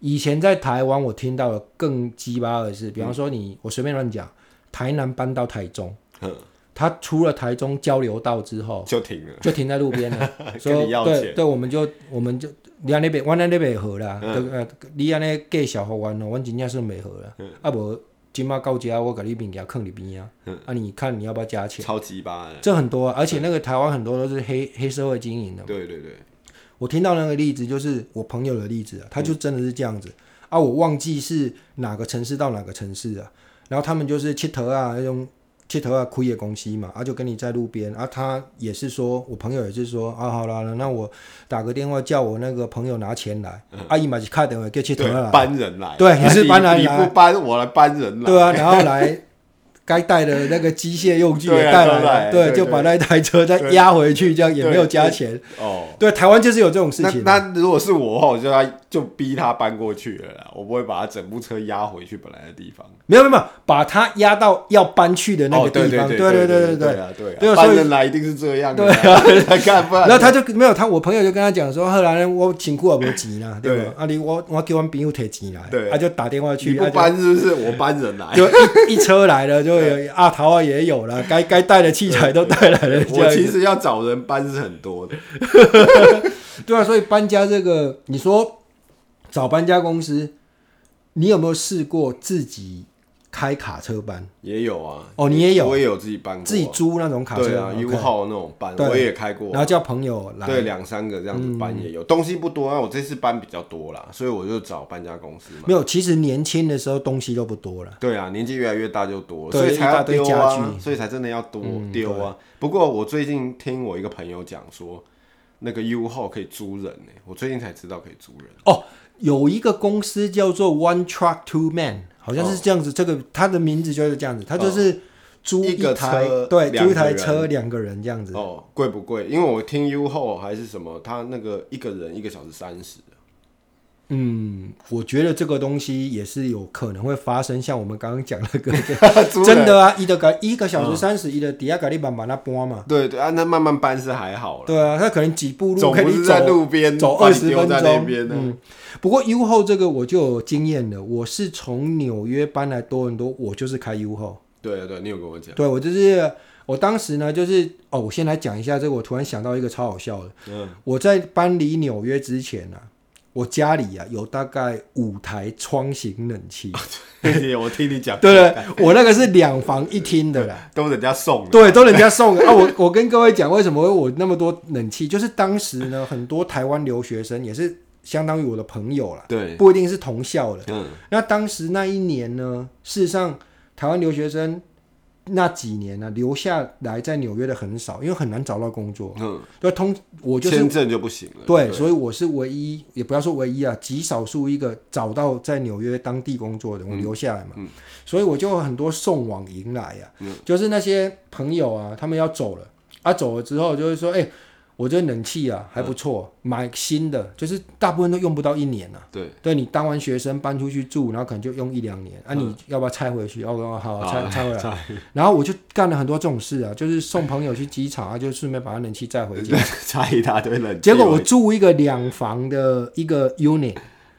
以前在台湾我听到的更鸡巴的嗯是，比方说你，我随便乱讲，台南搬到台中，哼，他出了台中交流道之 后，就停了。就停在路边 了，跟说你要对钱对，我们就我们就你安那边，我那那边好啦，嗯对呃，你安尼计小互阮哦，阮真正是袂好啦，嗯啊无今麦到家我甲你物件囥伫边啊，嗯啊你看你要不要加钱？超级巴的。这很多啊，而嗯且那个台湾很多都是黑黑社会经营的。对对对，我听到那个例子就是我朋友的例子啊，他就真的是这样子啊，我忘记是哪个城市到哪个城市啊，然后他们就是切头啊那种切头啊亏的公司嘛，啊就跟你在路边啊，他也是说我朋友也是说啊好啦，那我打个电话叫我那个朋友拿钱来，阿姨嘛是卡电话叫切头嗯对啊，搬人来。对也是搬人来你你不搬，我来搬人来。对啊，然后来。该带的那个机械用具也对啊带都来了，来对，对就把那台车再对压回去，这样也没有对加钱。哦。对，台湾就是有这种事那情。啊那如果是我的话，我就要就逼他搬过去了啦，我不会把他整部车压回去本来的地方。没有没有没有，把它压到要搬去的那哦，个地方，对对对对对对。啊对啊，对啊所搬以人来一定是这样的啊， 对干不然然后他就没有他，我朋友就跟他讲说，后来我辛苦也没钱啦，对吧？啊你我我给我朋友提钱来，对他就打电话你去，不啊搬是不是？我搬人来， 就就一一车来了，就有阿桃啊也有了，该该带的器材都带来了，这我样其子。实要找人搬是很多的，对啊，所以搬家这个，你说找搬家公司，你有没有试过自己开卡车搬？也有啊。哦你也有我也有自己搬过啊，自己租那种卡车对啊 OK ，U 号那种搬，对我也开过啊然。后叫朋友来，嗯对，两三个这样子搬也有，东西不多啊。我这次搬比较多啦，所以我就找搬家公司嘛。没有，其实年轻的时候东西都不多了。对啊，年纪越来越大就多了，对所以才要丢一大堆家嗯啊，所以才真的要多丢啊。不过我最近听我一个朋友讲说，那个 U 号可以租人呢、我最近才知道可以租人。哦，有一个公司叫做 One Truck Two Man，好哦像是这样子。这个它的名字就是这样子，它就是租哦一个台，车对，两租一个台人车两个人这样子。哦，贵不贵？因为我听 U 号还是什么，他那个一个人一个小时三十，嗯，我觉得这个东西也是有可能会发生，像我们刚刚讲那个， 租人哦真的啊，一的个一个小时三十，一的底下给你慢慢那搬嘛。对对啊，那慢慢搬是还好了，对啊，他可能几步路哦总可不以是走在路边走把二你十丢分在钟那。边呢。嗯，不过 U 后这个我就有经验了，我是从纽约搬来多伦多，我就是开 U 后。对啊对啊，你有跟我讲， 对我就是我当时呢，就是哦，我先来讲一下这个，我突然想到一个超好笑的。嗯，我在搬离纽约之前呢、啊，我家里啊有大概五台窗型冷气，我听你讲，对对，我那个是两房一厅的啦。都人家送的，对，都人家送的啊！我我跟各位讲，为什么我那么多冷气？就是当时呢，很多台湾留学生也是相当于我的朋友啦，对，不一定是同校的。嗯，那当时那一年呢，事实上台湾留学生那几年呢、留下来在纽约的很少，因为很难找到工作。嗯，就通我就是签证就不行了，对，所以我是唯一，也不要说唯一啊，极少数一个找到在纽约当地工作的，我留下来嘛。所以我就有很多送往迎来啊，就是那些朋友啊，他们要走了啊，走了之后就会说，哎、我这冷气啊还不错，买新的，就是大部分都用不到一年啊。对，对你当完学生搬出去住，然后可能就用一两年啊，嗯你要不要拆回去？哦，哦好，拆拆回来。然后我就干了很多这种事啊，就是送朋友去机场啊，就顺便把他冷气载回家。差一大堆冷气，结果我住一个两房的一个 unit，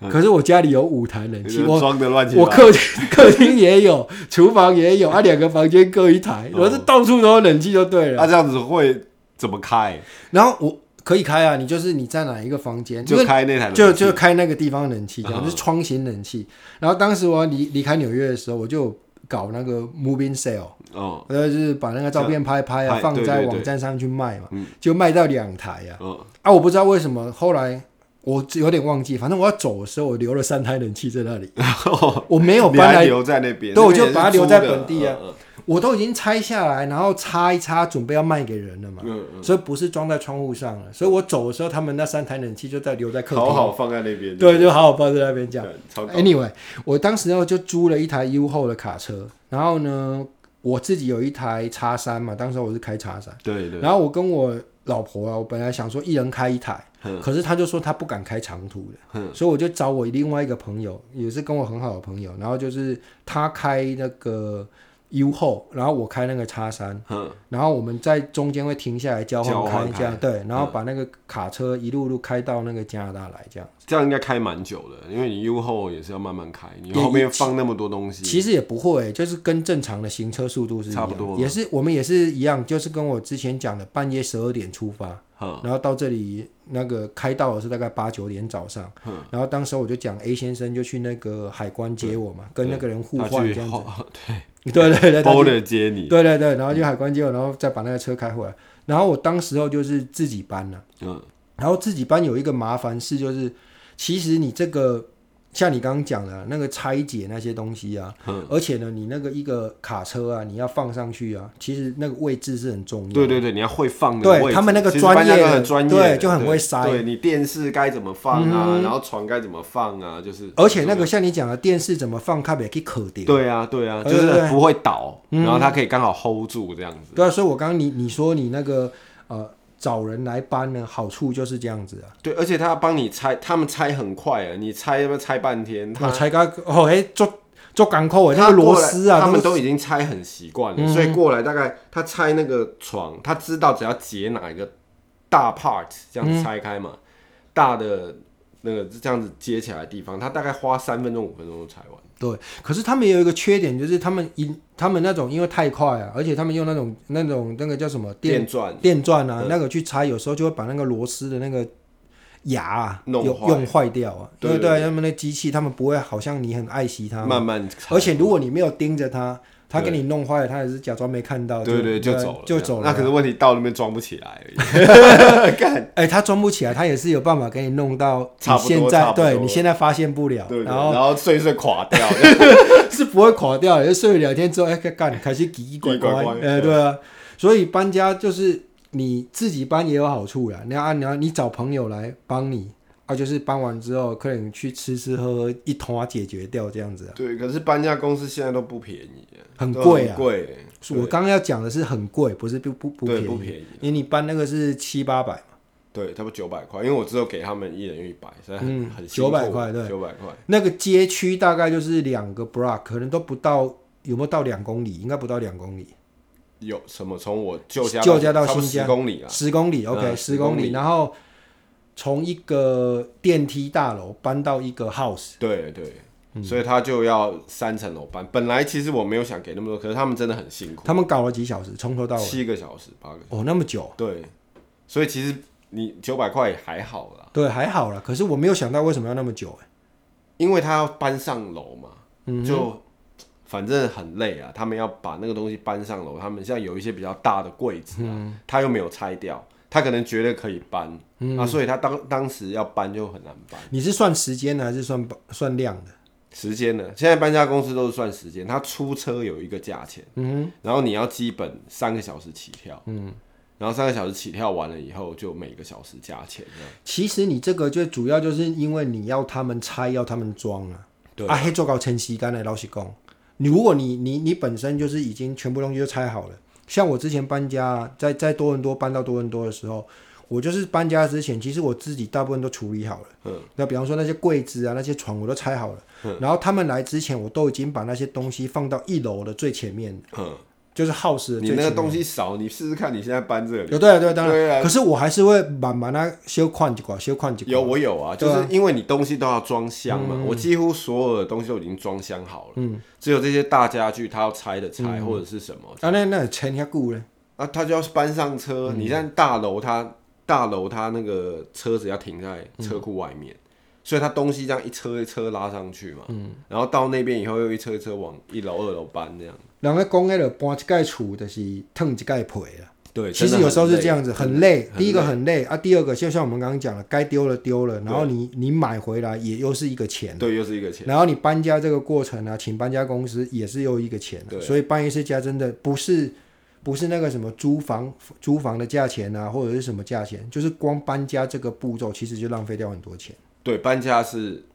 可是我家里有五台冷气，我嗯装的乱七我八糟，客厅 客厅也有，厨房也有，啊，两个房间各一台，哦我是到处都有冷气就对那、了。这样子会怎么开？然后我可以开啊，你就是你在哪一个房间，因为就开那台冷气就就开那个地方冷气，这样、嗯就是窗型冷气。然后当时我离离开纽约的时候，我就搞那个 moving sale，哦，呃，就是把那个照片拍拍啊，拍放对在对对网站上去卖嘛嗯，就卖到两台啊。嗯，啊，我不知道为什么后来我有点忘记，反正我要走的时候，我留了 三台冷气在那里，我没有你还搬来，留在那边，对我那边就也是把它留在租的本地啊嗯嗯我都已经拆下来，然后擦一擦，准备要卖给人了嘛，嗯嗯，所以不是装在窗户上了。所以我走的时候，他们那三台冷气就在留在客厅，好好放在那边，对，就好好抱在那边这样。哎对，超高， Anyway，我当时呢就租了一台 U 后的卡车，然后呢，我自己有一台叉三嘛，当时我是开叉三，对对，然后我跟我老婆啊，我本来想说一人开一台，可是她就说她不敢开长途的，所以我就找我另外一个朋友，也是跟我很好的朋友，然后就是他开那个 U 后，然后我开那个叉三，嗯，然后我们在中间会停下来交交换换开嗯一下，对，然后把那个卡车一路路开到那个加拿大来这样。这样应该开蛮久的，因为你 U 后也是要慢慢开，你后面放那么多东西，其实也不会、就是跟正常的行车速度是一样差不多嘛也是我们也是一样，就是跟我之前讲的半夜十二点出发，嗯然后到这里那个开到的是大概八九点早上，嗯然后当时我就讲 A 先生就去那个海关接我嘛，跟那个人互他换去这样后子，对对对，他去 border 接你，对对对，然后去海关接我，然后再把那个车开回来，然后我当时候就是自己搬了、嗯然后自己班有一个麻烦事，就是其实你这个像你刚刚讲的啊、那个拆解那些东西啊，嗯而且呢，你那个一个卡车啊，你要放上去啊，其实那个位置是很重要。对对对，你要会放的嗯对位置他们那个其实专搬家业都的很专业对的就很会塞嗯对你电视该怎么放啊，然后床该怎么放啊，就是，而且那个像你讲的电视怎么放，它也可以可点。对啊对嗯啊，就对对是对不会倒，然后它可以刚好 hold 住这样子，对啊，所以我刚刚你你说你那个呃找人来搬呢，好处就是这样子啊。对，而且他帮你拆，他们拆很快啊，你拆要不要拆半天？他啊，才刚哦，哎，做做港口哎，那他个螺过来丝啊，他们都都已经拆很习惯了，所以过来大概他拆那个床，他知道只要截哪一个大 part 这样子拆开嘛，大的那个这样子接起来的地方，他大概花三分钟五分钟就拆完。对，可是他们也有一个缺点，就是他们一他们那种因为太快啊，而且他们用那种那种那个叫什么电电钻电钻啊，那个去拆，有时候就会把那个螺丝的那个牙、啊、弄用坏用坏掉啊。对因为对对他们那机器，他们不会好像你很爱惜它嘛，慢慢拆，而且如果你没有盯着它，它给对你弄坏了，它也是假装没看到，对对就就走了，就走了。啊那可是问题到那边装不起来而已， 哎，它装不起来，它也是有办法给你弄到差你不多现差在不多对你现在发现不了，对对，啊然后然后碎碎垮 掉，是不会垮掉的，就睡了两天之后，哎、干开始奇奇怪怪，奇奇怪怪呃，对啊，所以搬家就是你自己搬也有好处啦，你要啊你要你找朋友来帮你啊，就是搬完之后可能去吃吃喝喝一通啊解决掉这样子啊，对，可是搬家公司现在都不便宜，很都贵啊贵，是我刚刚要讲的是很贵，不是不不不对便宜，不便宜因为你搬那个是七八百嘛，对，差不多九百块，因为我只有给他们一人一百，所以很嗯很900块对九百块，那个街区大概就是两个 block，可能都不到。有没有到两公里？应该不到两公里，有什么从我旧家旧家到新十家公里啊，十公里嗯，OK， 10十公公里里。然后从一个电梯大楼搬到一个 house，对对，嗯所以他就要三层楼搬。本来其实我没有想给那么多，可是他们真的很辛苦，他们搞了几小时，从头到尾。七个小时八个，哦，那么久，对，所以其实你九百块也还好啦，对，还好啦。可是我没有想到为什么要那么久、欸，因为他要搬上楼嘛，就反正很累啊。他们要把那个东西搬上楼，他们像有一些比较大的柜子啊，他又没有拆掉。他可能觉得可以搬、啊，所以他当当时要搬就很难搬。你是算时间的还是算算量的？时间呢？现在搬家公司都是算时间，他出车有一个价钱，嗯，然后你要基本三个小时起跳，嗯，然后三个小时起跳完了以后，就每个小时加钱这样。其实你这个就主要就是因为你要他们拆，要他们装啊。对啊，黑做高晨曦，刚才老实讲，你如果你你你本身就是已经全部东西都拆好了，像我之前搬家，在在多伦多搬到多伦多的时候，我就是搬家之前，其实我自己大部分都处理好了。嗯，那比方说那些柜子啊，那些床我都拆好了。嗯，然后他们来之前，我都已经把那些东西放到一楼的最前面，嗯，就是 house 的你最前那个面。东西少，你试试看，你现在搬这里有对啊对啊，当然。对啊可是我还是会慢慢它修宽几块，修宽几块。有我有啊，就对啊嗯是因为你东西都要装箱嘛，我几乎所有的东西都已经装箱好了，嗯，只有这些大家具他要拆的拆或者是什么，啊，那那前下顾嘞，啊，他就要搬上车。嗯你像大楼，他大楼他那个车子要停在嗯车库外面，所以他东西这样一车一车拉上去嘛。嗯然后到那边以后又一车一车往一楼、二楼搬这样。人咧讲迄个搬一盖厝，就是烫一盖皮啦。对，其实真的有时候是很这样子，累很累。很第一个很累啊，第二个就像我们刚刚讲的，该丢了丢了，然后你你买回来也又是一个钱，对，又是一个钱，然后你搬家这个过程啊，请搬家公司也是又一个钱、啊对，所以搬一次家真的不是不是那个什么租房租房的价钱啊，或者是什么价钱，就是光搬家这个步骤其实就浪费掉很多钱。对，搬家是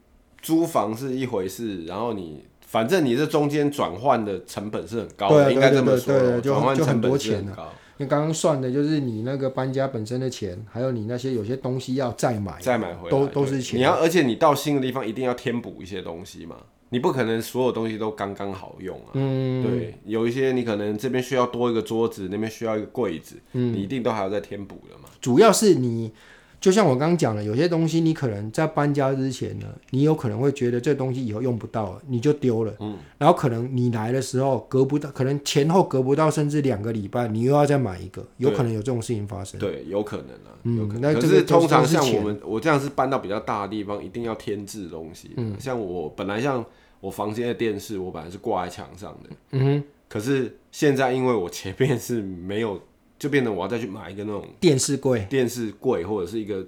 租房是一回事，然后你反正你这中间转换的成本是很高对啊的，应该这么对对说对咯，对就转换就很成多本是钱很啊高，因为刚刚算的就是你那个搬家本身的钱，还有你那些有些东西要再买，再买回来都都对是钱你要，而且你到新的地方一定要添补一些东西嘛，你不可能所有东西都刚刚好用啊。嗯，对，有一些你可能这边需要多一个桌子，那边需要一个柜子，嗯你一定都还要再添补的嘛。主要是你，就像我刚刚讲的，有些东西你可能在搬家之前呢，你有可能会觉得这东西以后用不到了，你就丢了。嗯，然后可能你来的时候隔不到，可能前后隔不到，甚至两个礼拜，你又要再买一个，有可能有这种事情发生。对，有可能啊，嗯有可那能。可这个是通常都是像我钱们，我这样是搬到比较大的地方，一定要添置东西的。嗯像我本来像我房间的电视，我本来是挂在墙上的，嗯哼，可是现在因为我前面是没有，就变成我要再去买一个那种电视柜。电视柜或者是一个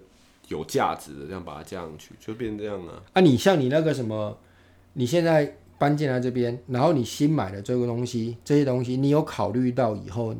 有价值的，这样把它加上去，就变这样啊。啊，你像你那个什么，你现在搬进来这边，然后你新买的这个东西，这些东西，你有考虑到以后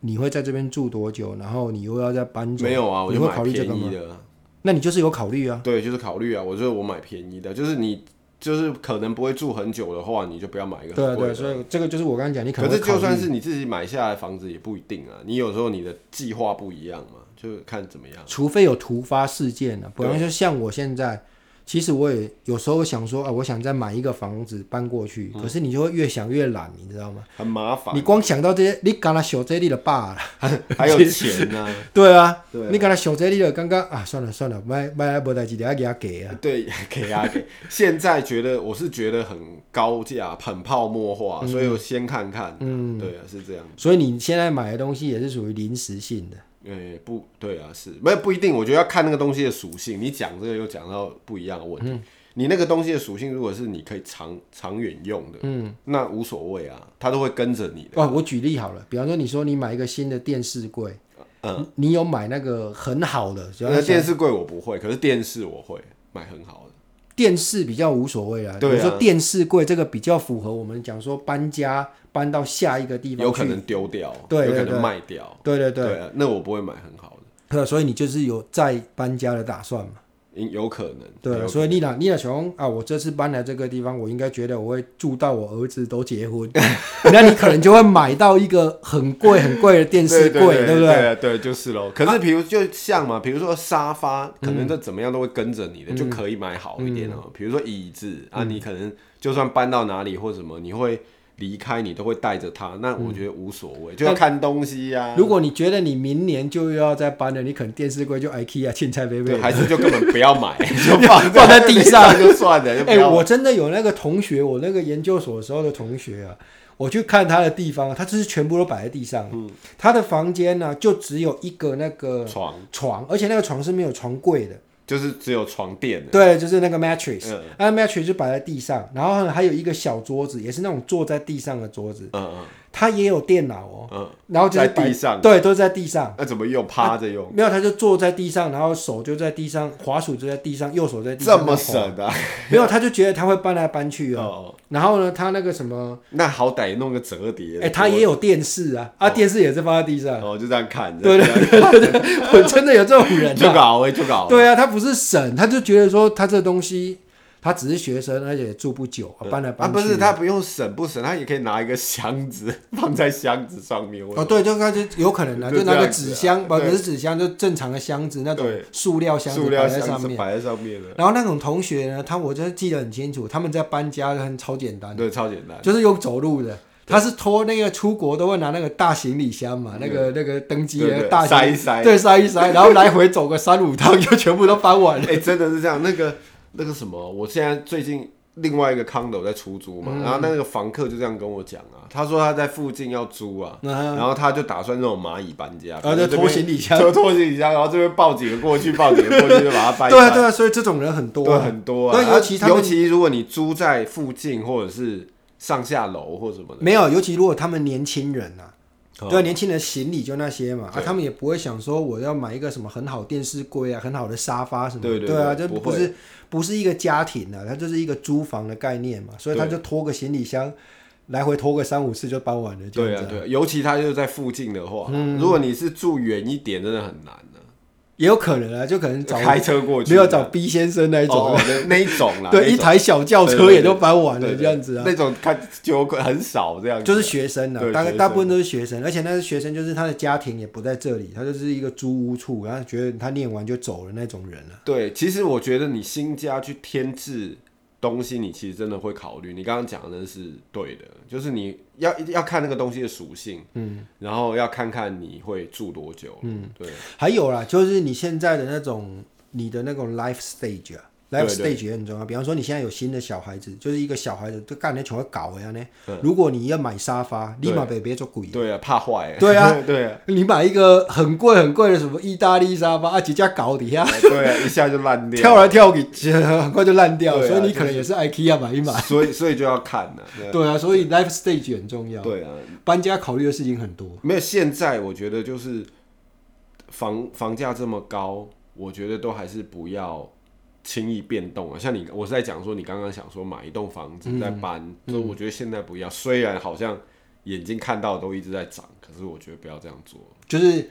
你会在这边住多久，然后你又要再搬走？没有啊，我你就会买考虑这便个吗宜？的啊。那你就是有考虑啊。对，就是考虑啊，我觉得我买便宜的，就是你就是可能不会住很久的话，你就不要买一个对啊很贵对啊，的。所以这个就是我刚刚讲，你可可能会是考就虑算是你自己买下来房子也不一定啊，你有时候你的计划不一样嘛，就看怎么样。除非有突发事件啊，不然就像我现在，其实我也有时候想说啊，我想再买一个房子搬过去，可是你就会越想越懒，你知道吗？很麻嗯烦你，光想到这些，你刚才想这里的爸了， 还有钱呢、对啊，对啊你刚才想这里的，刚刚啊，算了算了，买买不代志，等下给他给啊， 对，给啊给。现在觉得我是觉得很高价、很泡沫嗯化，所以我先看看。嗯，对啊，是这样。所以你现在买的东西也是属于临时性的，哎、不对啊，是没有不一定，我觉得要看那个东西的属性。你讲这个又讲到不一样的问题。嗯你那个东西的属性，如果是你可以长长远用的，嗯，那无所谓啊，它都会跟着你的。哦，我举例好了，比方说你说你买一个新的电视柜，嗯，你有买那个很好的，主要那是电视柜我不会，可是电视我会买很好的。电视比较无所谓啦，对啊比如说电视柜这个比较符合我们讲说搬家搬到下一个地方去，有可能丢掉，对有可对能对卖掉，对对对，对啊，那我不会买很好的，对，所以你就是有再搬家的打算嘛？因有可能，对，所以你俩你俩想啊，我这次搬来这个地方，我应该觉得我会住到我儿子都结婚， 那你可能就会买到一个很贵很贵的电视 对柜，对不对对？啊对，就是喽。可是比如就像嘛，比如说沙发，嗯可能这怎么样都会跟着你的，就可以买好一点哦。比如说椅子嗯啊，你可能就算搬到哪里或什么，你会离开，你都会带着它。那我觉得无所谓，就要看东西啊呀。嗯如果你觉得你明年就又要再搬了，你可能电视柜就 IKEA 青菜杯对，杯。还是就根本不要 买，就放放在地上就算了，就 不哎、要买。我真的有那个同学，我那个研究所的时候的同学啊，我去看他的地方，他就是全部都摆在地上。嗯，他的房间呢、就只有一个那个床床，而且那个床是没有床柜的。就是只有床垫的，对，就是那个 mattress，嗯那、mattress 就摆在地上，然后呢还有一个小桌子，也是那种坐在地上的桌子，嗯嗯他也有电脑哦，嗯，然后就是在地摆上对，都在地上。那怎么用？趴着 用。没有，他就坐在地上，然后手就在地上，滑鼠就在地上，右手在地这上。么省？省啊！没有，他就觉得他会搬来搬去哦。哦，然后呢，他那个什么， 那好歹弄个折叠的。哎、他也有电视啊，啊，电视也是放在地上，哦，就这样看。对对对，我真的有这种人就啊。搞哎，就搞。对啊，他不是省，他就觉得说他这东西，他只是学生，而且住不久，啊搬来啊，搬去。不是他不用省不省，他也可以拿一个箱子放在箱子上面。哦，对，就他就有可能啊，就就拿这个样子纸啊箱，不对不是纸箱，就正常的箱子那种对塑料箱子塑摆料在箱上子面。摆在上面了。然后那种同学呢，他我就记得很清楚，他们在搬家很超简单，对，超简单。就是用走路的。他是拖那个出国都会拿那个大行李箱嘛，那个那个登机对的对大行李塞一塞对，塞一塞，然后来回走个三五趟，就全部都搬完了。 哎，真的是这样。那个那个什么，我现在最近另外一个 condo 在出租嗯嘛，然后那个房客就这样跟我讲啊，他说他在附近要租啊，嗯然后他就打算那种蚂蚁搬家，然后就拖行李箱就拖行李箱，然后这边抱几个过去，抱几个过去，就把它搬一搬。对啊对啊，所以这种人很多对，啊，很多啊。那尤其他们尤其如果你租在附近或者是上下楼或什么的，没有，尤其如果他们年轻人啊，哦对啊，年轻人行李就那些嘛，啊，他们也不会想说我要买一个什么很好电视柜啊，很好的沙发什么的，对对啊，这对不不会是不是一个家庭啊，它就是一个租房的概念嘛，所以他就拖个行李箱，来回拖个三五次就搬完了，这对样啊子，嗯对啊，尤其他就是在附近的话，如果你是住远一点，真的很难的、也有可能啊，就可能找开车过去没有找 B 先生那一种 哦啊，那那一种啦，对，一那种台小轿对车对也都搬完对了对这样子啊，那种看酒鬼很少这样子，就是学生啊，对大学概生大部分都是学生，而且那是学生，就是他的家庭也不在这里，他就是一个租屋处，然后觉得他念完就走了那种人啊。对，其实我觉得你新家去添置东西，你其实真的会考虑。你刚刚讲的是对的，就是你要要看那个东西的属性，嗯，然后要看看你会住多久，嗯，对，还有啦，就是你现在的那种你的那种 life stage 啊。life 对 stage 也很重要，比方说你现在有新的小孩子，就是一个小孩子，就干你全会搞呀呢。如果你要买沙发，立马别别做鬼。对啊，怕坏，对啊， 对啊，你买一个很贵很贵的什么意大利沙发，啊，几家搞底下对啊，一下就烂 掉，跳来跳去，很快就烂掉，对啊所以你可能也是 IKEA 买一买。所以所以就要看呢、对啊对啊，所以 life stage 很重要。对啊，搬家考虑的事情很多。没有，现在我觉得就是房房价这么高，我觉得都还是不要轻易变动啊。像你，我是在讲说你刚刚想说买一栋房子嗯再搬，所以我觉得现在不要。虽然好像眼睛看到的都一直在涨，可是我觉得不要这样做。就是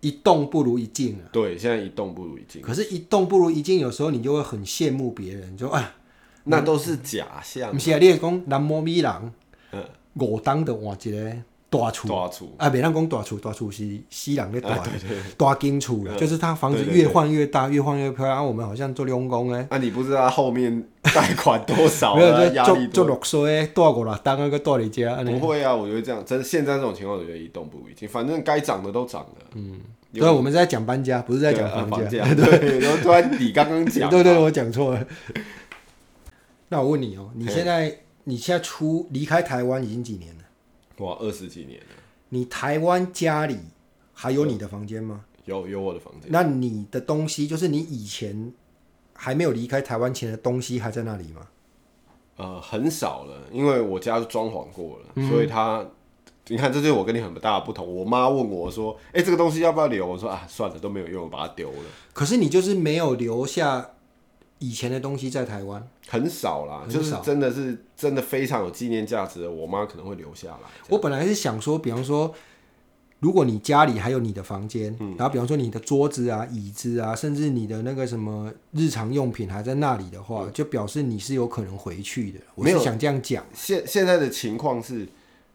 一动不如一静啊。对，现在一动不如一静，可是，一动不如一静，有时候你就会很羡慕别人，就啊，那都是假象不，是啊，你会讲南摩米人，嗯五当的换一个大厝，抓住。啊，别人讲大厝，大厝是西人的大，啊对嗯大金厝啦，就是他房子对对对越换越大，越换越漂亮。啊我们好像做佣工哎，那、你不知道后面贷款多 少没有啊？就压力做做多六岁的，大五六啊当那个大你家，安不尼会啊，我觉得这样，真的现在这种情况，我觉得一动不如一静。反正该涨的都涨了，嗯，对，啊我们是在讲搬家，不是在对讲啊房价。 价，对，然后突然你刚刚讲嘛，对对，我讲错了。 那我问你哦，你现在你现在出离开台湾已经几年了？哇，二十几年了，你台湾家里还有你的房间吗？有有我的房间，那你的东西就是你以前还没有离开台湾前的东西还在那里吗？呃，很少了，因为我家装潢过了，嗯所以它，你看，这就是我跟你很大的不同。我妈问我说：“哎，这个东西要不要留？”我说：“啊，算了，都没有用，我把它丢了。可是你就是没有留下以前的东西在台湾。”很少啦，很少就是真的是真的非常有纪念价值的，我妈可能会留下来。我本来是想说，比方说，如果你家里还有你的房间，嗯然后比方说你的桌子啊、椅子啊，甚至你的那个什么日常用品还在那里的话，就表示你是有可能回去的。我嗯没是有想这样讲，现现在的情况是，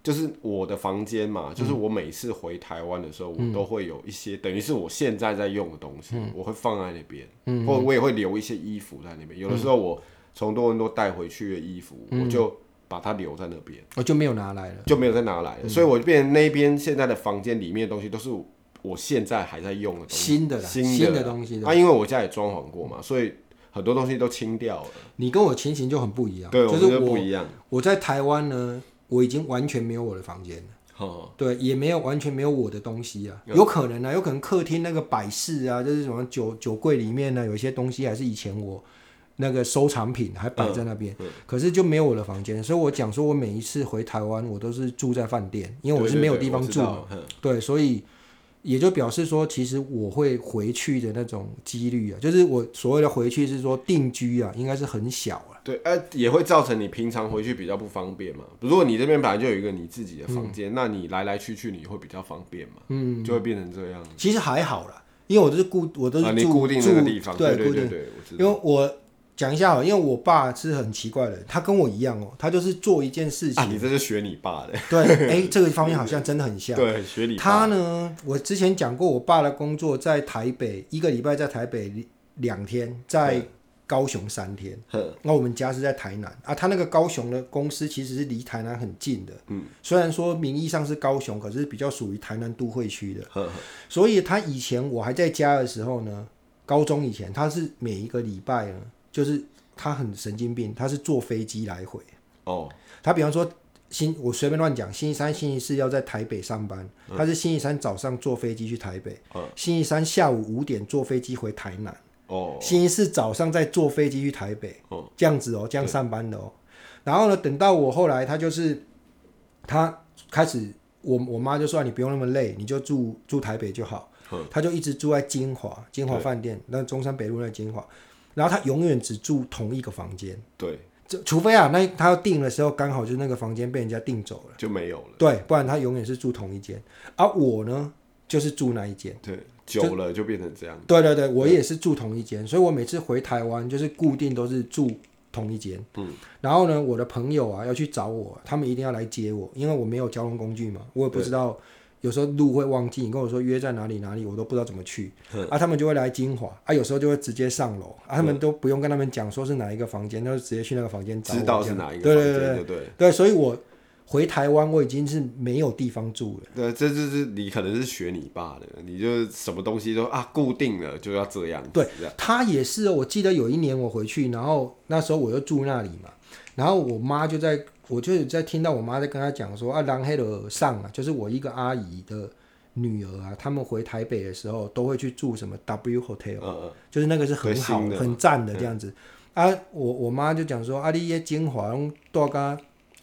就是我的房间嘛，就是我每次回台湾的时候，嗯我都会有一些，等于是我现在在用的东西，我会放在那边，嗯或我也会留一些衣服在那边。有的时候我从多伦多带回去的衣服，嗯我就把它留在那边，我就没有拿来了。就没有再拿来了。嗯所以我就变成那边现在的房间里面的东西都是我现在还在用的东西，新的啦，新新的啦东西的。啊，因为我家也装潢过嘛，所以很多东西都清掉了。你跟我情形就很不一样，对，我就们是就不我一样。我在台湾呢，我已经完全没有我的房间了，哦，对，也没有完全没有我的东西啊，有可能啊，有可能客厅那个摆饰啊，就是什么酒酒柜里面啊呢，有一些东西还是以前我那个收藏品还嗯摆在那边，可是就没有我的房间，所以我讲说我每一次回台湾，我都是住在饭店，因为我对是对没有对地我方知住道嘛，嗯对，所以也就表示说，其实我会回去的那种几率啊，就是我所谓的回去是说定居啊，应该是很小啊。对，呃，也会造成你平常回去比较不方便嘛。如果你这边本来就有一个你自己的房嗯间，那你来来去去你会比较方便嘛，嗯，就会变成这样。其实还好啦，因为我都是固，我都是住、啊、你固定那个地方，住对对固对定。对，我知因道。为我讲一下哦好了，因为我爸是很奇怪的人，他跟我一样哦，他就是做一件事情，啊，你这是学你爸的，对，哎、这个方面好像真的很像。对，学你爸。他呢，我之前讲过，我爸的工作在台北，一个礼拜在台北两天，在高雄三天。哼那我们家是在台南啊，他那个高雄的公司其实是离台南很近的，嗯，虽然说名义上是高雄，可是比较属于台南都会区的，呵所以他以前我还在家的时候呢，高中以前他是每一个礼拜呢，就是他很神经病，他是坐飞机来回，哦，他比方说星，我随便乱讲，星期三、星期四要在台北上班，他是星期三早上坐飞机去台北，星期三下午五点坐飞机回台南。哦，星期四早上再坐飞机去台北，哦这样子哦，这样上班的哦。然后呢，等到我后来，他就是他开始我我妈就说、啊你不用那么累，你就住住台北就好。嗯她就一直住在金华金华饭店，那中山北路那金华，然后她永远只住同一个房间，对，这除非啊，那她要订的时候刚好就是那个房间被人家订走了，就没有了。对，不然她永远是住同一间。而、我呢，就是住那一间。对，久了就变成这样。对对对，我也是住同一间，所以我每次回台湾就是固定都是住同一间。嗯，然后呢，我的朋友啊要去找我，他们一定要来接我，因为我没有交通工具嘛，我也不知道，有时候路会忘记，你跟我说约在哪里哪里，我都不知道怎么去。啊，他们就会来金华，啊，有时候就会直接上楼，啊，他们都不用跟他们讲说是哪一个房间，他就直接去那个房间找我。知道是哪一对个房对间，对对对对，所以我回台湾我已经是没有地方住了。对，这就是你可能是学你爸的，你就什么东西都啊固定了就要这样子。对，他也是哦。我记得有一年我回去，然后那时候我就住那里嘛，然后我妈就在，我就有在听到我妈在跟她讲说啊，狼黑的上啊，就是我一个阿姨的女儿啊，他们回台北的时候都会去住什么 W Hotel，、嗯嗯，就是那个是很好最新的嘛很赞的这样子。啊，我我妈就讲说啊，你耶精华用多加。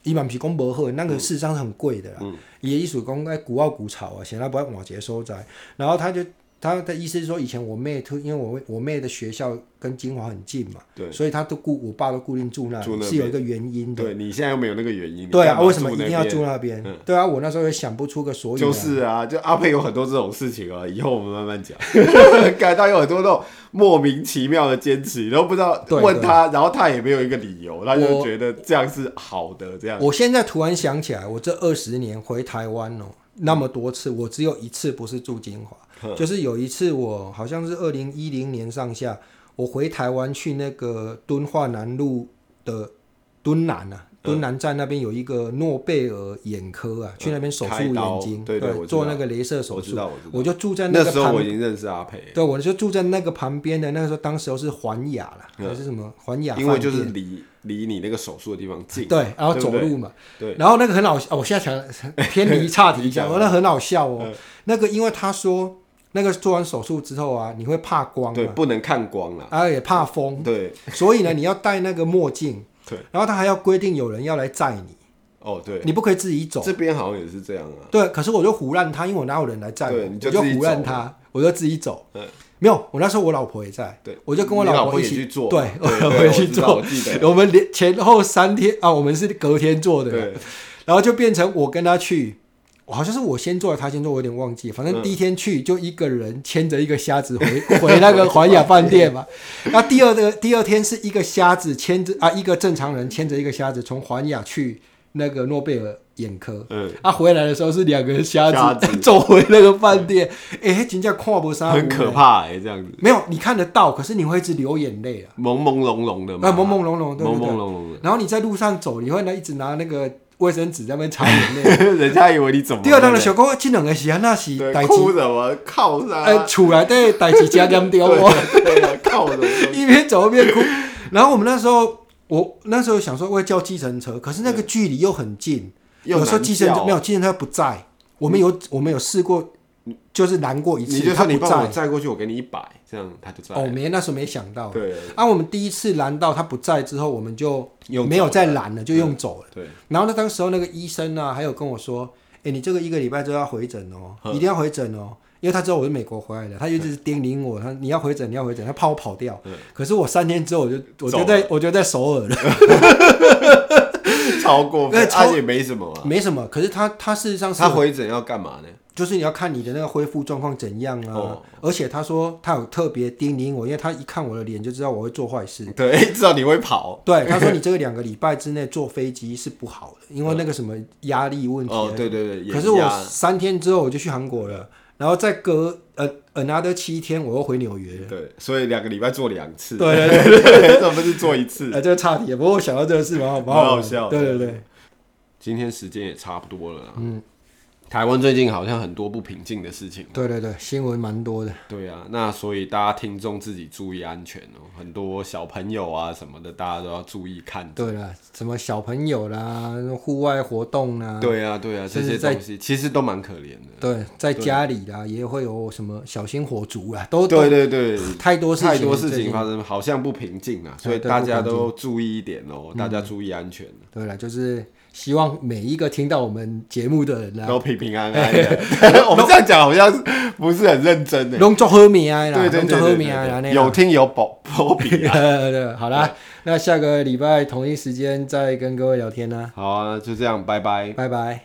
伊嘛不是讲无好，那嗯个事实上是很贵的啦。伊、的意思讲，哎，古奥古草啊，显然不要换一个所在。然后他就他的意思是说，以前我妹特，因为我我妹的学校跟金华很近嘛，对，所以她都固我爸都固定住那里，住那边是有一个原因的。对你现在又没有那个原因，你对干啊，嘛为什么住一那定要边嗯住那边？对啊，我那时候也想不出个所以然。就是啊，就阿佩有很多这种事 情啊，以后我们慢慢讲。 感到有很多那种莫名其妙的坚持，你都不知道对问他，然后他也没有一个理由，他就我觉得这样是好的，这样我现在突然想起来，我这二十年回台湾哦，那么多次，我只有一次不是住金华，就是有一次我好像是二零一零年上下，我回台湾去那个敦化南路的敦南啊，嗯敦南站那边有一个诺贝尔眼科啊，去那边手术嗯开刀眼睛，对对我知道做那个镭射手我知术，道，我知道。我就住在那个时候旁我已经认识阿佩，对，我就住在那个旁边的，那个时候当时候是环雅啦，还是什么环雅饭店，因为就是离离你那个手术的地方近，对，然后对走不对路嘛，对，然后那个很好笑，哦、我现在想 偏离岔题一 下，哦那很好笑哦。嗯那个因为他说那个做完手术之后啊，你会怕光对，嘛，不能看光啦，然后也怕风，对所以呢你要戴那个墨镜，对，然后他还要规定有人要来载你，哦对，你不可以自己走。这边好像也是这样啊，对，可是我就胡乱他，因为我哪有人来载我，对我你就就自己胡乱走他，我就自己走。嗯没有，我那时候我老婆也在，对，我就跟我你老老婆一也起去做对，对老对婆也我去知道做我记，我们连前后三天啊，我们是隔天做的，对，然后就变成我跟他去，我好像是我先做的，他先做，我有点忘记。反嗯正第一天去就一个人牵着一个瞎子回 回那个环亚饭店嘛。那第二个第二天是一个瞎子牵着啊，一个正常人牵着一个瞎子从环亚去那个诺贝尔眼科。嗯，啊，回来的时候是两个瞎子瞎子 走回那个饭店，哎、欸，真正看不上，很可。怕哎，这样子，没有，你看得到，可是你会一直流眼泪啊，朦朦胧胧的嘛，啊，朦朦胧胧，对朦对对朦胧然后你在路上走，你会呢一直拿那个卫生纸在那边擦眼泪。胧的， 人家以为你怎么第二当了的小哥，这两个是啊，那是对代志，哭什么靠啥？呃，厝内底代 志加点掉对哦，对啊，靠 什么东西？一边走一边哭。然后我们那时候，我那时候想说会叫计程车，可是那个距离又很近，嗯又有时候计程难车叫没有，计程车不在。我们有我们有试过，就是难过一你次，就他说你不帮我在。载过去，我给你一百，这样他就载。哦，没那时候没想到。对啊，我们第一次拦到他不在之后，我们就用没有再拦了，就嗯用走了。对，然后呢，当时候那个医生啊呢、还有跟我说：“哎、你这个一个礼拜之后要回诊哦，一定要回诊哦。”因为他知道我是美国回来的，他就一直叮咛我，他你要回诊，你要回诊，他怕我跑掉。可是我三天之后，我就我就走了在我就在首尔了，超过对分，哎超他也没什么啊。没什么。可是他他事实上是他回诊要干嘛呢？ 就是你要看你的那个恢复状况怎样啊。哦而且他说他有特别叮咛我，因为他一看我的脸就知道我会做坏事。对，知道你会跑。对，他说你这个两个礼拜之内坐飞机是不好的，因为那个什么压力问题啊哦，对对对，可是眼我压三天之后我就去韩国了，然后再隔呃 another 七天我又回纽约了。对，所以两个礼拜做两次，对对对， 这不是做一次。呃，这个差题，不过我想到这个事蛮好，蛮蛮好玩的笑的对对对，今天时间也差不多了，嗯，台湾最近好像很多不平静的事情，对对对，新闻蛮多的。对啊，那所以大家听众自己注意安全哦，很多小朋友啊什么的，大家都要注意看对了，什么小朋友啦，户外活动啦，对啊，对啊，这甚至些嗯在东西其实都蛮可怜的。对，在家里啦也会有什么小心火烛啊，都对都对对，太多事情，太多事最近情发生，好像不平静啊，所以对嗯大家都注意一点哦，大家注意安全。对了，就是希望每一个听到我们节目的人啊，都平平安安哎 的。我们这样讲好像是不是很认真呢？拢做好命的啦，对对拢对做好对命的啦，对那对，样有听有保保比啊。 对对好啦，那下个礼拜同一时间再跟各位聊天啦，好啊，就这样，拜拜。拜拜。